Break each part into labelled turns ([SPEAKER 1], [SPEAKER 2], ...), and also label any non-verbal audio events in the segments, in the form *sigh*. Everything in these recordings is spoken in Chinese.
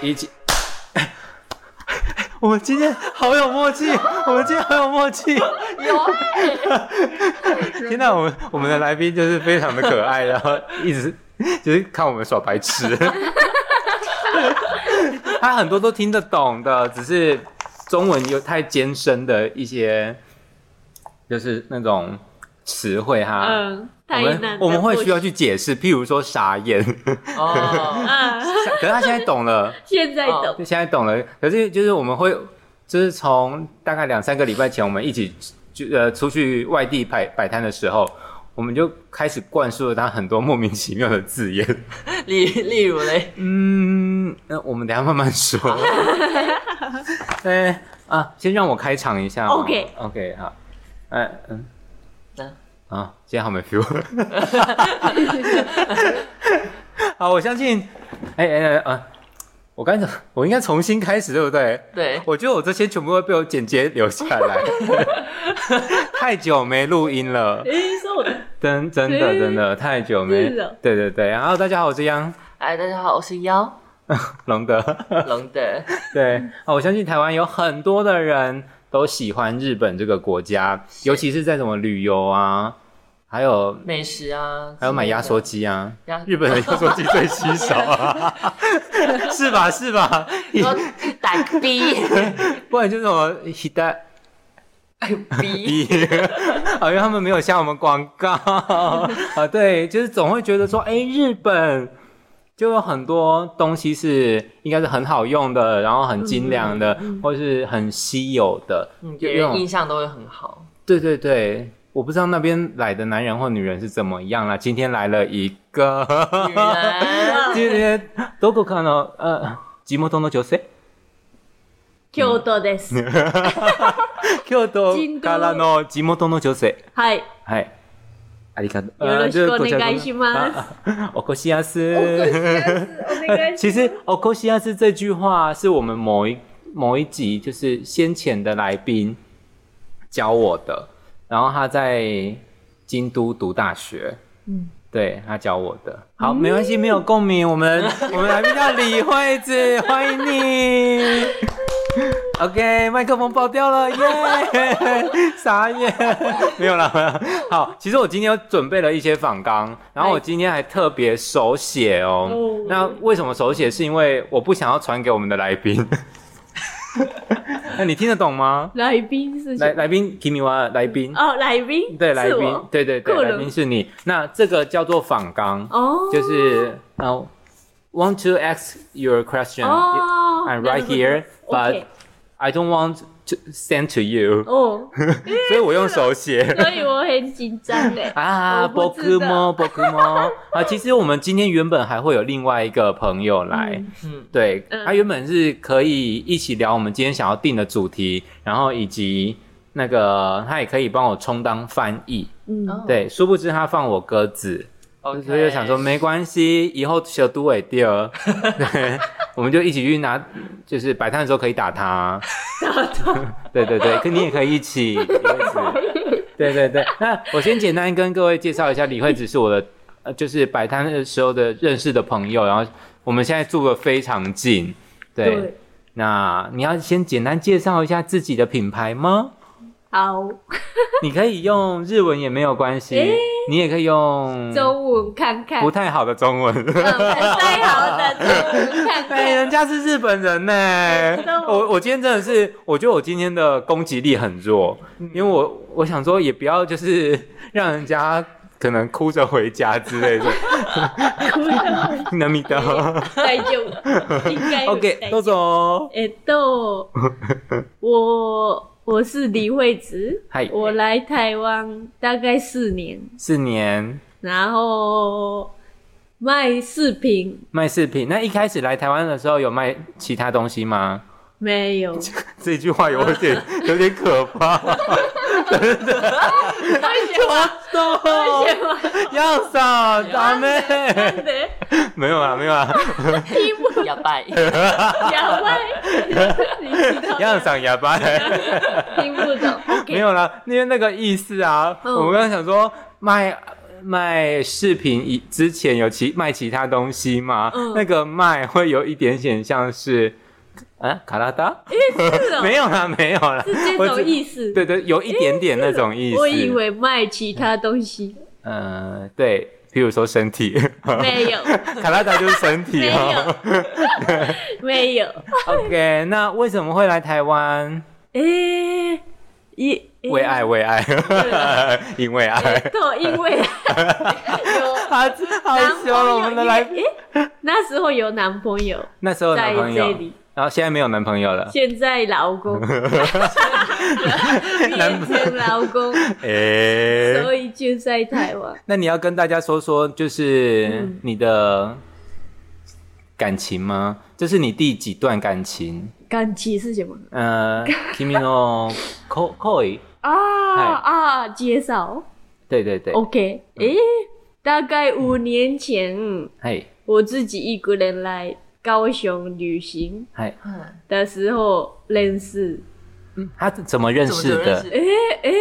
[SPEAKER 1] 已经，
[SPEAKER 2] *laughs* 我们今天好有默契，我们今天好有默契。
[SPEAKER 3] 有哎、
[SPEAKER 2] *laughs* 天哪，我们我们的来宾就是非常的可爱，然后一直 *laughs* 就是看我们耍白痴。 *laughs* 他很多都听得懂的，只是中文有太艰深的一些，就是那种词汇哈。
[SPEAKER 3] 嗯，
[SPEAKER 2] 我
[SPEAKER 3] 太难
[SPEAKER 2] 们我们会需
[SPEAKER 3] 要
[SPEAKER 2] 要去解释，譬如说傻眼， *laughs* 可
[SPEAKER 1] 哦，
[SPEAKER 3] 啊，
[SPEAKER 2] 是他现在懂了，
[SPEAKER 3] 现在懂
[SPEAKER 2] 就现在懂了。可是就是我们会，就是从大概两三个礼拜前，我们一起就呃出去外地摆摆摊的时候，我们就开始灌输了他很多莫名其妙的字眼。
[SPEAKER 1] 例
[SPEAKER 2] *laughs*
[SPEAKER 1] 例如嘞，
[SPEAKER 2] 嗯，那我们等一下慢慢说。对啊，先让我开场一下哦。
[SPEAKER 3] OK
[SPEAKER 2] OK 好，哎嗯
[SPEAKER 1] 嗯
[SPEAKER 2] 啊，今天好没 feel。好，我相信，哎哎哎啊，我刚才我应该重新开始对不对？
[SPEAKER 1] 对，
[SPEAKER 2] *laughs* 我觉得我这些全部会被我剪接留下 *laughs* 来，太久没录音了，
[SPEAKER 3] 哎、说我的
[SPEAKER 2] 真真的真嗯的太久没
[SPEAKER 3] 是哦，
[SPEAKER 2] 对对对。然后大家好，我是央
[SPEAKER 1] 哎，大家好，我是
[SPEAKER 2] *laughs*
[SPEAKER 1] 妖
[SPEAKER 2] 龙 *laughs* 德。
[SPEAKER 1] 龙的，
[SPEAKER 2] 对啊，我相信台湾有很多的人都喜欢日本这个国家，尤其是在什么旅游啊，还有
[SPEAKER 1] 美食啊，
[SPEAKER 2] 还有买压缩机啊。
[SPEAKER 1] 压
[SPEAKER 2] 日本的压缩机最稀少 *laughs* 啊，是吧？是 *laughs* 吧？
[SPEAKER 1] 说打逼
[SPEAKER 2] 不然就是什么 h i d a *laughs*
[SPEAKER 1] 逼，
[SPEAKER 2] 啊，因为他们没有下我们广告啊，对，就是总会觉得说，哎、日本就有很多东西是应该是很好用的，然后很精良的，或是很稀有的，
[SPEAKER 1] 嗯
[SPEAKER 2] 有有
[SPEAKER 1] 给
[SPEAKER 2] 那
[SPEAKER 1] 人
[SPEAKER 2] 种
[SPEAKER 1] 印象都会很好。
[SPEAKER 2] 对对对，我不知道那边来的男人或女人是怎么样啦。今天来了一个，
[SPEAKER 1] 女
[SPEAKER 2] *laughs*
[SPEAKER 1] 人，
[SPEAKER 2] 今天どこかの呃地元の女性、
[SPEAKER 3] 京都です。
[SPEAKER 2] 京都からの地元の女性、
[SPEAKER 3] はい、
[SPEAKER 2] はい。ありがとう。
[SPEAKER 3] よろしくお願い
[SPEAKER 2] ます
[SPEAKER 3] し。ます。
[SPEAKER 2] 啊おこしやす。
[SPEAKER 3] お願いし
[SPEAKER 2] 其实哦“おこしやす”这句话是我们某一某一集就是先前的来宾教我的，然后他在京都读大学，嗯，对他教我的。好，没关系，没有共鸣，我们我们来宾叫李惠子，欢迎你。OK，麦克风爆掉了，耶、傻眼， *laughs* 没有啦。好，其实我今天有准备了一些访纲，然后我今天还特别手写哦。
[SPEAKER 3] 哦
[SPEAKER 2] 那为什么手写？是因为我不想要传给我们的来宾。 *laughs* 那你听得懂吗？
[SPEAKER 3] ます。来宾是
[SPEAKER 2] 来
[SPEAKER 3] 谁？
[SPEAKER 2] 来宾 k i m i w a 来宾，
[SPEAKER 3] 哦，来宾
[SPEAKER 2] 对来
[SPEAKER 3] 是
[SPEAKER 2] 宾
[SPEAKER 3] 我，
[SPEAKER 2] 对对对，
[SPEAKER 3] 个人
[SPEAKER 2] 来宾是你。那这个叫做访纲，
[SPEAKER 3] 哦，
[SPEAKER 2] 就是呃、want to ask your question、
[SPEAKER 3] 哦
[SPEAKER 2] I'm right here, but I don't want to send to you，、
[SPEAKER 3] 哦，
[SPEAKER 2] 所以我用手写。。
[SPEAKER 3] 所以我很紧张哎
[SPEAKER 2] 啊，
[SPEAKER 3] 我
[SPEAKER 2] 波
[SPEAKER 3] 不
[SPEAKER 2] 哥
[SPEAKER 3] 知道
[SPEAKER 2] 猫，波哥猫啊！其实我们今天原本还会有另外一个朋友来，
[SPEAKER 1] 嗯，
[SPEAKER 2] 对，
[SPEAKER 3] 嗯
[SPEAKER 2] 他原本是可以一起聊我们今天想要定的主题，然后以及那个他也可以帮我充当翻译，
[SPEAKER 3] 嗯，
[SPEAKER 2] 对，殊不知他放我鸽子，
[SPEAKER 1] 哦 OK，
[SPEAKER 2] 所以我想说没关系，以后小都尾第
[SPEAKER 3] *laughs*
[SPEAKER 2] 二，对，我们就一起去拿，就是摆摊的时候可以打
[SPEAKER 3] *laughs*
[SPEAKER 2] 他，对对对，跟你也可以一起，李惠子对对对。那我先简单跟各位介绍一下，李惠子是我的，呃，就是摆摊的时候的认识的朋友，然后我们现在住的非常近，对。
[SPEAKER 3] 对，
[SPEAKER 2] 那你要先简单介绍一下自己的品牌吗？
[SPEAKER 3] 好，
[SPEAKER 2] 你可以用日文也没有关系，
[SPEAKER 3] 诶
[SPEAKER 2] 你也可以用
[SPEAKER 3] 中文看看
[SPEAKER 2] 不，太好的中文。
[SPEAKER 3] 嗯最好的中文看
[SPEAKER 2] 哎，
[SPEAKER 3] 看。
[SPEAKER 2] 人家是日本人呢、
[SPEAKER 3] 道
[SPEAKER 2] 我我今天真的是，我觉得我今天的攻击力很弱，因为我我想说也不要就是 *laughs* 让人家可能哭着回家之 *laughs* 类的。能米的
[SPEAKER 3] 大丈夫，应该有
[SPEAKER 2] ，OK，豆。哦总，
[SPEAKER 3] えっと、哎我我是李惠子，
[SPEAKER 2] 嗨，
[SPEAKER 3] 我来台湾大概四年，
[SPEAKER 2] 四年
[SPEAKER 3] 然后卖饰品
[SPEAKER 2] 卖饰品。那一开始来台湾的时候有卖其他东西吗？*laughs*
[SPEAKER 3] 没有，
[SPEAKER 2] 这句话有 *laughs* 点有点可 *laughs* 怕，豆
[SPEAKER 3] *laughs*
[SPEAKER 2] 要啥？大妹，
[SPEAKER 3] なんで
[SPEAKER 2] 没有啊，没有啊。
[SPEAKER 1] 哑巴，
[SPEAKER 2] 嗯
[SPEAKER 3] やばい你知道
[SPEAKER 2] 样
[SPEAKER 3] 吗
[SPEAKER 2] 赏哑巴、
[SPEAKER 3] 听不懂。
[SPEAKER 2] *laughs*
[SPEAKER 3] OK，
[SPEAKER 2] 没有啦，因为那个意思啊，
[SPEAKER 3] 嗯
[SPEAKER 2] 我刚刚想说卖卖饰品以之前有其卖其他东西嘛，
[SPEAKER 3] 嗯
[SPEAKER 2] 那个卖会有一点点像是啊卡拉达，
[SPEAKER 3] 是哦，
[SPEAKER 2] 没有
[SPEAKER 3] *laughs*
[SPEAKER 2] 啦，没有啦，
[SPEAKER 3] 是这
[SPEAKER 2] 我
[SPEAKER 3] 种
[SPEAKER 2] 只
[SPEAKER 3] 意思。
[SPEAKER 2] 对对，有一点点那种意思。
[SPEAKER 3] 我以为卖其他东西，
[SPEAKER 2] 呃，对，比如说身体，
[SPEAKER 3] 没有，
[SPEAKER 2] *laughs* 卡拉达就是身体
[SPEAKER 3] 没
[SPEAKER 2] 哦。
[SPEAKER 3] 有，没有。
[SPEAKER 2] *laughs* OK，那为什么会来台湾？
[SPEAKER 3] 诶，一
[SPEAKER 2] 为爱，为爱， *laughs* 因为爱。
[SPEAKER 3] 啊对，因为 *laughs* 有
[SPEAKER 2] 好好
[SPEAKER 3] 男朋
[SPEAKER 2] 羞了，
[SPEAKER 3] 友，
[SPEAKER 2] 我们的来啊
[SPEAKER 3] 因为诶那时候有男朋友
[SPEAKER 2] 那时候有
[SPEAKER 3] 在
[SPEAKER 2] 男朋
[SPEAKER 3] 这
[SPEAKER 2] 友，
[SPEAKER 3] 里，
[SPEAKER 2] 然后现在没有男朋友了。
[SPEAKER 3] 现在
[SPEAKER 2] *laughs*
[SPEAKER 3] 老公变成老
[SPEAKER 2] *laughs*
[SPEAKER 3] 公，
[SPEAKER 2] 诶、
[SPEAKER 3] 所以就在台湾。
[SPEAKER 2] 那你要跟大家说说，就是
[SPEAKER 3] 嗯
[SPEAKER 2] 你的感情吗？这是你第几段感情？
[SPEAKER 3] 感情是什么 *laughs*
[SPEAKER 2] 呃，Kimi no ko koi，
[SPEAKER 3] 啊啊？介绍
[SPEAKER 2] 对对对，
[SPEAKER 3] ，OK，诶，
[SPEAKER 2] 嗯
[SPEAKER 3] 大概五年前，
[SPEAKER 2] 嘿，
[SPEAKER 3] 我自己一个人来高雄旅行
[SPEAKER 2] 嘿，
[SPEAKER 1] 嗯，
[SPEAKER 3] 的时候认识。
[SPEAKER 2] 嗯他是怎么认
[SPEAKER 1] 怎么就
[SPEAKER 2] 识
[SPEAKER 1] 认
[SPEAKER 2] 的
[SPEAKER 1] 识？ *laughs*
[SPEAKER 3] 诶诶，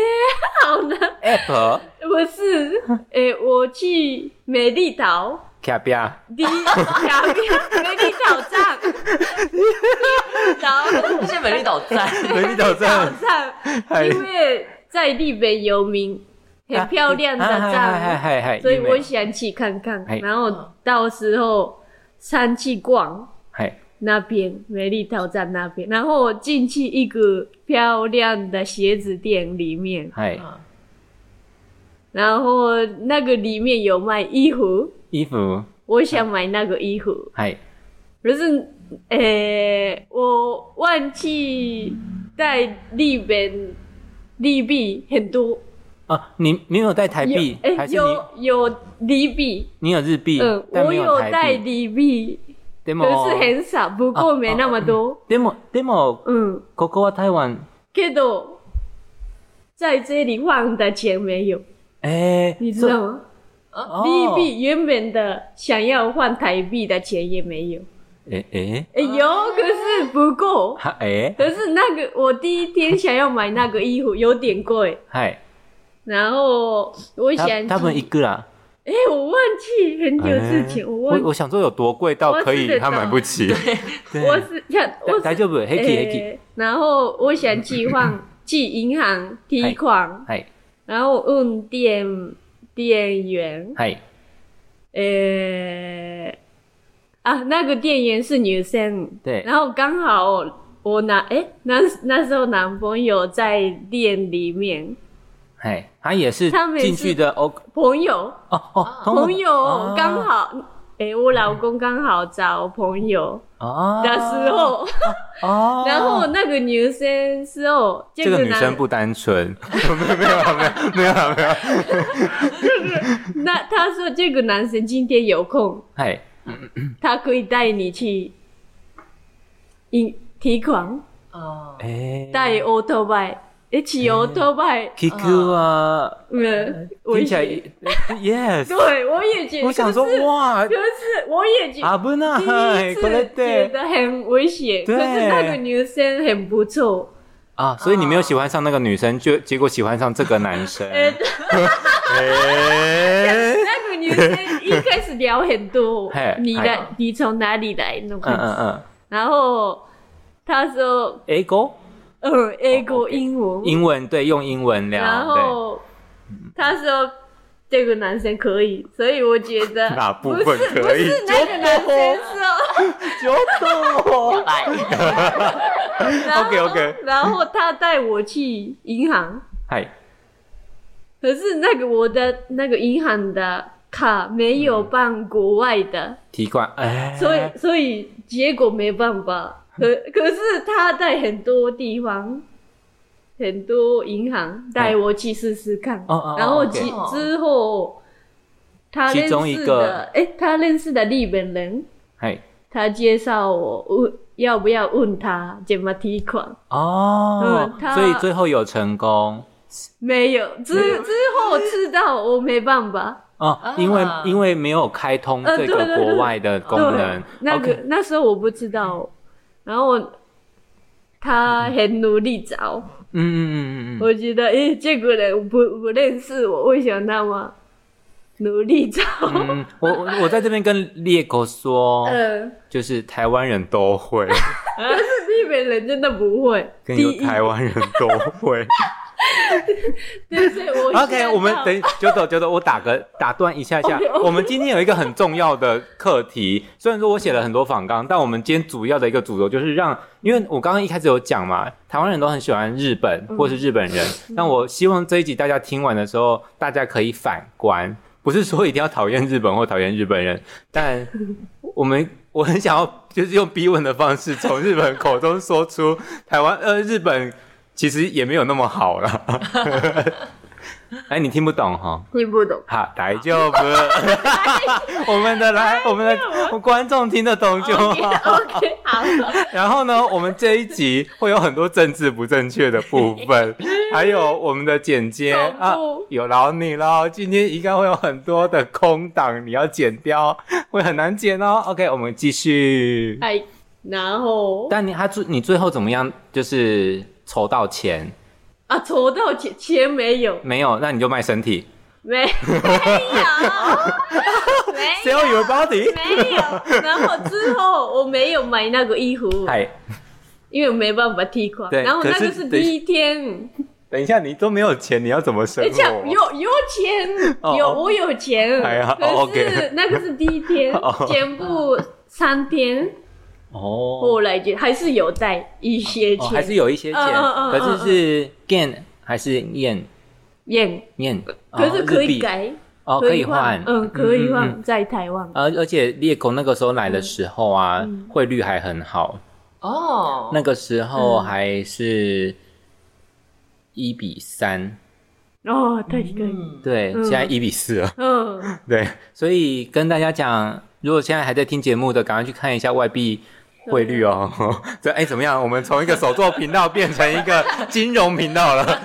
[SPEAKER 3] 好难，
[SPEAKER 2] ？Apple *laughs*
[SPEAKER 3] 不是，诶，我去美丽岛。
[SPEAKER 2] 卡比亚，
[SPEAKER 3] 第一小明美丽挑战，然后
[SPEAKER 1] 而且美丽岛
[SPEAKER 2] *laughs*
[SPEAKER 1] 在，
[SPEAKER 2] 美丽岛
[SPEAKER 3] 挑
[SPEAKER 2] 站，
[SPEAKER 3] 战，因为在日本有名，很漂亮的
[SPEAKER 2] 嗨
[SPEAKER 3] 站，
[SPEAKER 2] 嗨嗨，
[SPEAKER 3] 所以我
[SPEAKER 2] 想，
[SPEAKER 3] 想去看看
[SPEAKER 2] 哎。
[SPEAKER 3] 然后到时候上去逛
[SPEAKER 2] 嘿，
[SPEAKER 3] 那边美丽挑战那边，然后我进去一个漂亮的鞋子店里面，
[SPEAKER 2] 嘿，
[SPEAKER 1] 嗯
[SPEAKER 3] 然后那个里面有卖衣服，
[SPEAKER 2] 衣服，
[SPEAKER 3] 我想买那个衣服。
[SPEAKER 2] 嘿，
[SPEAKER 3] 可是，诶、我忘记带日本利币很多，
[SPEAKER 2] 哦，你没有带台币，
[SPEAKER 3] 有
[SPEAKER 2] 还
[SPEAKER 3] 诶
[SPEAKER 2] 是你
[SPEAKER 3] 有有利币，
[SPEAKER 2] 你有日币
[SPEAKER 3] 嗯，，
[SPEAKER 2] 但
[SPEAKER 3] 我
[SPEAKER 2] 没
[SPEAKER 3] 有带
[SPEAKER 2] 台币。哦
[SPEAKER 3] 利币，
[SPEAKER 2] で
[SPEAKER 3] 可是
[SPEAKER 2] も、
[SPEAKER 3] 很少，不过没那么多，
[SPEAKER 2] でも、でも、
[SPEAKER 3] 嗯，
[SPEAKER 2] ここは台湾。
[SPEAKER 3] けど在这里换的钱没有，
[SPEAKER 2] 哎，
[SPEAKER 3] 你知道吗？
[SPEAKER 2] 哦
[SPEAKER 3] 利币原本的想要换台币的钱也没有，
[SPEAKER 2] 哎哎，
[SPEAKER 3] 诶有，可是不够。
[SPEAKER 2] は哎，
[SPEAKER 3] 可是那个，我第一天想要买那个衣服有点贵，
[SPEAKER 2] はい。
[SPEAKER 3] 然后我
[SPEAKER 2] 他
[SPEAKER 3] 想，
[SPEAKER 2] 他们一个啦。
[SPEAKER 3] 哎、我忘记很久之前，
[SPEAKER 2] 哎
[SPEAKER 3] 我
[SPEAKER 2] 我
[SPEAKER 3] 忘
[SPEAKER 2] 我想说有多贵到可
[SPEAKER 3] 我知
[SPEAKER 2] 以
[SPEAKER 3] 道
[SPEAKER 2] 他买不起。
[SPEAKER 3] 我是想
[SPEAKER 2] 大
[SPEAKER 3] 我是
[SPEAKER 2] 大丈夫，黑
[SPEAKER 3] 哎
[SPEAKER 2] 气黑气。
[SPEAKER 3] 然后我想
[SPEAKER 2] *laughs*
[SPEAKER 3] 去换去银行提款，
[SPEAKER 2] はい
[SPEAKER 3] 然后问店店员，
[SPEAKER 2] はい
[SPEAKER 3] 呃、啊，那个店员是女生，
[SPEAKER 2] 对
[SPEAKER 3] 然后刚好我男哎、那那时候男朋友在店里面，
[SPEAKER 2] はい。他也是
[SPEAKER 3] 他们也是
[SPEAKER 2] 进去的哦
[SPEAKER 3] 朋友
[SPEAKER 2] 哦哦，通
[SPEAKER 3] 朋友
[SPEAKER 2] 啊
[SPEAKER 3] 刚好，哎、我老公刚好找朋友
[SPEAKER 2] 啊
[SPEAKER 3] 的时候，
[SPEAKER 2] 哦，
[SPEAKER 3] 然后那个女生是哦，
[SPEAKER 2] 这个女
[SPEAKER 3] 男
[SPEAKER 2] 生不单纯，没有啦没有没有啦没有啦。
[SPEAKER 3] 那她说这个男生今天有空，
[SPEAKER 2] はい
[SPEAKER 3] 他可以带你去银提款，
[SPEAKER 1] 哦，
[SPEAKER 2] 哎，
[SPEAKER 3] 带 o t o b i 一起 o t o b i
[SPEAKER 2] キクは
[SPEAKER 3] 嗯，我
[SPEAKER 2] 听起来
[SPEAKER 3] 也
[SPEAKER 2] ，yes。
[SPEAKER 3] 对我也觉得，
[SPEAKER 2] 我想说
[SPEAKER 3] 可是，
[SPEAKER 2] 哇
[SPEAKER 3] *laughs* 可，是我也觉得。
[SPEAKER 2] 危な
[SPEAKER 3] 第
[SPEAKER 2] い *laughs*
[SPEAKER 3] 一
[SPEAKER 2] これっ
[SPEAKER 3] 次觉
[SPEAKER 2] て
[SPEAKER 3] 得很危险，可
[SPEAKER 2] 对
[SPEAKER 3] 是那个女生很不错，
[SPEAKER 2] 啊，所以你没有喜欢上那个女生，就结果喜欢上这个男
[SPEAKER 3] *laughs*
[SPEAKER 2] 生。
[SPEAKER 3] 呃，
[SPEAKER 2] 哎
[SPEAKER 3] 那个女生一开始聊很多
[SPEAKER 2] 嘿，
[SPEAKER 3] 你
[SPEAKER 2] 哎
[SPEAKER 3] 的你从哪里来那种
[SPEAKER 2] 嗯
[SPEAKER 3] 感
[SPEAKER 2] 嗯
[SPEAKER 3] 觉，
[SPEAKER 2] 嗯，
[SPEAKER 3] 然后她说，
[SPEAKER 2] 英国
[SPEAKER 3] 嗯，英
[SPEAKER 2] 哦
[SPEAKER 3] 国
[SPEAKER 2] ，OK
[SPEAKER 3] 英文，
[SPEAKER 2] 英文对，用英文啊聊。
[SPEAKER 3] 然后她说这个男生可以，所以我觉得
[SPEAKER 2] *laughs* 哪部
[SPEAKER 3] 不是
[SPEAKER 2] 分可以
[SPEAKER 3] 不是那个男生说，
[SPEAKER 2] *laughs* 对，就
[SPEAKER 1] 要
[SPEAKER 2] 懂。
[SPEAKER 1] 拜，
[SPEAKER 3] 然后
[SPEAKER 2] OK，OK
[SPEAKER 3] 然后他带我去银行，
[SPEAKER 2] 嗨，
[SPEAKER 3] 可是那个我的那个银行的卡没有
[SPEAKER 2] 嗯
[SPEAKER 3] 办国外的，
[SPEAKER 2] 提款，哎，
[SPEAKER 3] 所以所以结果没办法。
[SPEAKER 2] *laughs*
[SPEAKER 3] 可可是他在很多地方，很多银行带我去试试看，
[SPEAKER 2] 哎哦哦哦
[SPEAKER 3] 然后
[SPEAKER 2] OK
[SPEAKER 3] 之之后他认
[SPEAKER 2] 其中一
[SPEAKER 3] 识
[SPEAKER 2] 个
[SPEAKER 3] 的，哎、他认识的日本人，
[SPEAKER 2] 嗨，
[SPEAKER 3] 他介绍我问要不要问他怎么提款，
[SPEAKER 2] 哦
[SPEAKER 3] 嗯，他
[SPEAKER 2] 所以最后有成功
[SPEAKER 3] 没有，之之后知道我没办法，
[SPEAKER 2] 哦，因为
[SPEAKER 1] 啊
[SPEAKER 2] 因为没有开通
[SPEAKER 3] 呃
[SPEAKER 2] 这
[SPEAKER 3] 对对
[SPEAKER 2] 个
[SPEAKER 3] 对
[SPEAKER 2] 国外的功能
[SPEAKER 3] 对，，那个
[SPEAKER 2] OK，
[SPEAKER 3] 那时候我不知道，然后他很努力找。
[SPEAKER 2] 嗯嗯嗯嗯嗯，
[SPEAKER 3] 我觉得，诶、这个人不不认识我，为什么那么努力找。
[SPEAKER 2] 嗯，哦我我我在这边跟猎狗说，
[SPEAKER 3] *laughs* 呃，
[SPEAKER 2] 就是台湾人都
[SPEAKER 3] *laughs*
[SPEAKER 2] 会，
[SPEAKER 3] 日本人真的不会。
[SPEAKER 2] 跟
[SPEAKER 3] 第
[SPEAKER 2] 你
[SPEAKER 3] 一
[SPEAKER 2] 说，台湾人都会。
[SPEAKER 3] 对对，我
[SPEAKER 2] OK，我们等久等久等，我打个打断一下下。
[SPEAKER 3] OK，OK
[SPEAKER 2] 我们今天有一个很重要的课题，虽然说我写了很多访纲，但我们今天主要的一个主轴就是让，因为我刚刚一开始有讲嘛，台湾人都很喜欢日本或是日本人，那、我希望这一集大家听完的时候，大家可以反观，不是说一定要讨厌日本或讨厌日本人，但我们我很想要就是用逼问的方式，从日本口中说出台湾呃日本。其实也没有那么好了，哎，你听不懂哈？
[SPEAKER 3] 听不
[SPEAKER 2] *laughs*
[SPEAKER 3] 懂。
[SPEAKER 2] 好，大丈夫。
[SPEAKER 3] 哎
[SPEAKER 2] *laughs* 我们的来，我们
[SPEAKER 3] 啊
[SPEAKER 2] 的观众听得懂就
[SPEAKER 3] OK
[SPEAKER 2] 好。
[SPEAKER 3] OK，好，
[SPEAKER 2] *laughs* 然后呢，我们这一集会有很多政治不正确的部
[SPEAKER 3] *laughs*
[SPEAKER 2] 分，还有我们的剪接
[SPEAKER 3] 恐怖
[SPEAKER 2] 啊，有劳你喽。今天应该会有很多的空档，你要剪掉，会很难剪哦。OK，我们继续。
[SPEAKER 3] 哎，然后
[SPEAKER 2] 但你他最你最后怎么样？就是筹到钱
[SPEAKER 3] 啊，筹到钱钱没有，
[SPEAKER 2] 没有？那你就卖身体
[SPEAKER 3] 没 *laughs* 没有，
[SPEAKER 2] *laughs*
[SPEAKER 3] 没有
[SPEAKER 2] ，sell your body。
[SPEAKER 3] 哎没有。然后之后我没有买那个衣服，
[SPEAKER 2] 嗨，
[SPEAKER 3] 因为我没办法替款。
[SPEAKER 2] 对
[SPEAKER 3] 然后那
[SPEAKER 2] 可
[SPEAKER 3] 个
[SPEAKER 2] 是
[SPEAKER 3] 是第一天，
[SPEAKER 2] 等一下，你都没有钱，你要怎么生
[SPEAKER 3] 而
[SPEAKER 2] 活？
[SPEAKER 3] 且有有钱，
[SPEAKER 2] 哦
[SPEAKER 3] 有
[SPEAKER 2] 哦
[SPEAKER 3] 我有钱
[SPEAKER 2] 哎呀，哦
[SPEAKER 3] 可
[SPEAKER 2] ，OK
[SPEAKER 3] 是那个是第一天
[SPEAKER 2] *laughs* 哦，
[SPEAKER 3] 全部三天，
[SPEAKER 2] 哦
[SPEAKER 3] 后来就还是有带一些
[SPEAKER 2] 哦，还是
[SPEAKER 3] 钱，
[SPEAKER 2] 有一些钱，
[SPEAKER 3] 嗯嗯嗯
[SPEAKER 2] 可是是 gain 还是 yen
[SPEAKER 3] 耶，
[SPEAKER 2] yen，
[SPEAKER 3] 可是可
[SPEAKER 2] 哦
[SPEAKER 3] 以
[SPEAKER 2] 日币
[SPEAKER 3] 改，
[SPEAKER 2] 哦，可以换，
[SPEAKER 3] 嗯，可以
[SPEAKER 2] 嗯。嗯
[SPEAKER 3] 换，
[SPEAKER 2] 嗯
[SPEAKER 3] 在台湾。
[SPEAKER 2] 而、而且猎狗那个时候来的时候啊，
[SPEAKER 3] 嗯
[SPEAKER 2] 汇率还很好，
[SPEAKER 1] 哦，
[SPEAKER 2] 那个时
[SPEAKER 3] 嗯
[SPEAKER 2] 候还是一比三，
[SPEAKER 3] 哦，对对，
[SPEAKER 1] 嗯，
[SPEAKER 2] 对，
[SPEAKER 3] 嗯
[SPEAKER 2] 现在一比四了，
[SPEAKER 3] 嗯，
[SPEAKER 2] 对，所以跟大家讲，如果现在还在听节目的，赶快去看一下外币。汇率哦， *laughs* 这哎怎么样？我们从一个手作频道变成一 *laughs* 个金融频道了。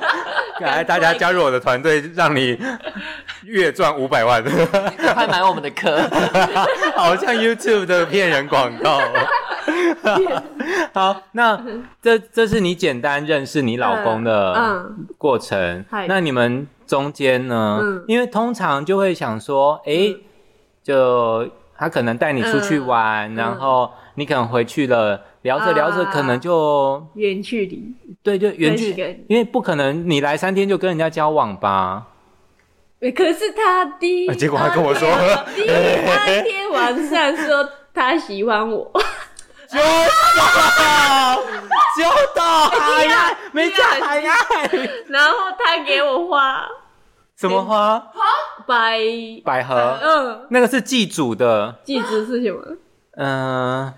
[SPEAKER 2] 来，大家加入我的团队，让你月赚五百万， *laughs*
[SPEAKER 1] 快买我们的课，
[SPEAKER 2] 好像 YouTube 的骗人广告 *laughs* 哦。好，那这这是你简单认识你老公的
[SPEAKER 3] 嗯，
[SPEAKER 2] 过程。
[SPEAKER 3] 嗨
[SPEAKER 2] 那你们中间呢？
[SPEAKER 3] 嗯
[SPEAKER 2] 因为通常就会想说，哎、
[SPEAKER 3] 嗯
[SPEAKER 2] 就他可能带你出去玩，
[SPEAKER 3] 嗯
[SPEAKER 2] 然后你可能回去了，聊着聊着
[SPEAKER 3] 啊
[SPEAKER 2] 可能就、
[SPEAKER 3] 远距离，
[SPEAKER 2] 对，就远距
[SPEAKER 3] 对是，
[SPEAKER 2] 因为不可能你来三天就跟人家交往吧？
[SPEAKER 3] 可是他第一，
[SPEAKER 2] 啊结果他跟我说 *laughs*
[SPEAKER 3] 他第一那天晚上说他喜欢我，
[SPEAKER 2] 就到，就到海岸，没
[SPEAKER 3] 这
[SPEAKER 2] 叫
[SPEAKER 3] 样
[SPEAKER 2] 海岸，
[SPEAKER 3] 然后他给我花
[SPEAKER 2] 什么花？
[SPEAKER 3] 百，
[SPEAKER 2] 百合，
[SPEAKER 3] 嗯，
[SPEAKER 2] 那个是祭祖的，
[SPEAKER 3] 记住是什么？
[SPEAKER 2] 嗯，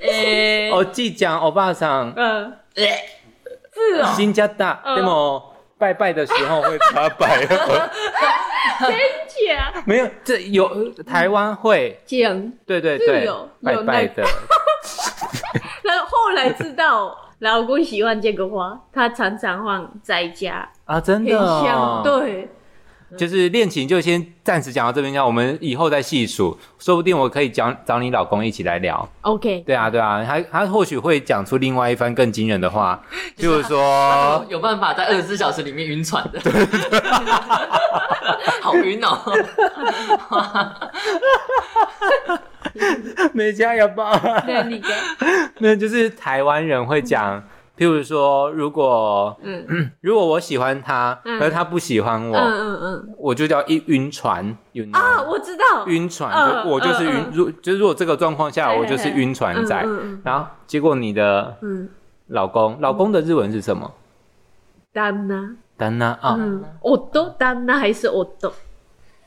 [SPEAKER 1] 诶，
[SPEAKER 2] 哦，祭讲欧巴
[SPEAKER 3] *laughs*
[SPEAKER 2] 桑，
[SPEAKER 3] 嗯，是哦，
[SPEAKER 2] 新加大，
[SPEAKER 3] 嗯
[SPEAKER 2] 那么拜拜的时候会插
[SPEAKER 3] *laughs*
[SPEAKER 2] 百合，
[SPEAKER 3] 真假？
[SPEAKER 2] 没有，这有呃台湾会，
[SPEAKER 3] 讲，
[SPEAKER 2] 对对
[SPEAKER 3] 是
[SPEAKER 2] 对
[SPEAKER 3] 有，
[SPEAKER 2] 拜
[SPEAKER 3] 有那
[SPEAKER 2] 拜的，
[SPEAKER 3] 然后后来知道老公喜欢这个花，他常常放在家，
[SPEAKER 2] 啊，真
[SPEAKER 3] 很
[SPEAKER 2] 的
[SPEAKER 3] 香，
[SPEAKER 2] 哦，
[SPEAKER 3] 对，
[SPEAKER 2] 就是恋情就先暂时讲到这边，讲我们以后再细数，说不定我可以讲找你老公一起来聊。
[SPEAKER 3] OK，
[SPEAKER 2] 对啊，对啊，他他或许会讲出另外一番更惊人的
[SPEAKER 3] *laughs*
[SPEAKER 2] 话，譬如说，
[SPEAKER 1] 有办法在二十四小时里面晕船的， *laughs* 好晕哦，
[SPEAKER 3] 啊
[SPEAKER 2] 美加亚
[SPEAKER 3] *laughs*
[SPEAKER 2] 吧， *laughs*
[SPEAKER 3] 那你给，
[SPEAKER 2] 那就是台湾人会讲，譬如说，如果
[SPEAKER 3] 嗯
[SPEAKER 2] *clears throat* 如果我喜欢他，
[SPEAKER 3] 嗯
[SPEAKER 2] 而他不喜欢
[SPEAKER 3] 嗯
[SPEAKER 2] 我，
[SPEAKER 3] 嗯嗯，
[SPEAKER 2] 我就叫一晕船，you know，
[SPEAKER 3] 啊，我知道，
[SPEAKER 2] 晕船，
[SPEAKER 3] 嗯
[SPEAKER 2] 就我就是
[SPEAKER 3] 嗯
[SPEAKER 2] 晕，
[SPEAKER 3] 嗯
[SPEAKER 2] 如就是如果这个状况下，
[SPEAKER 3] 对
[SPEAKER 2] 我就是
[SPEAKER 3] 对对
[SPEAKER 2] 晕船仔。
[SPEAKER 3] 嗯嗯
[SPEAKER 2] 然后结果你的
[SPEAKER 3] 嗯，
[SPEAKER 2] 老公，老公的日文是什么？
[SPEAKER 3] 旦那，
[SPEAKER 2] 旦那啊，
[SPEAKER 3] 嗯，我都旦那还是我都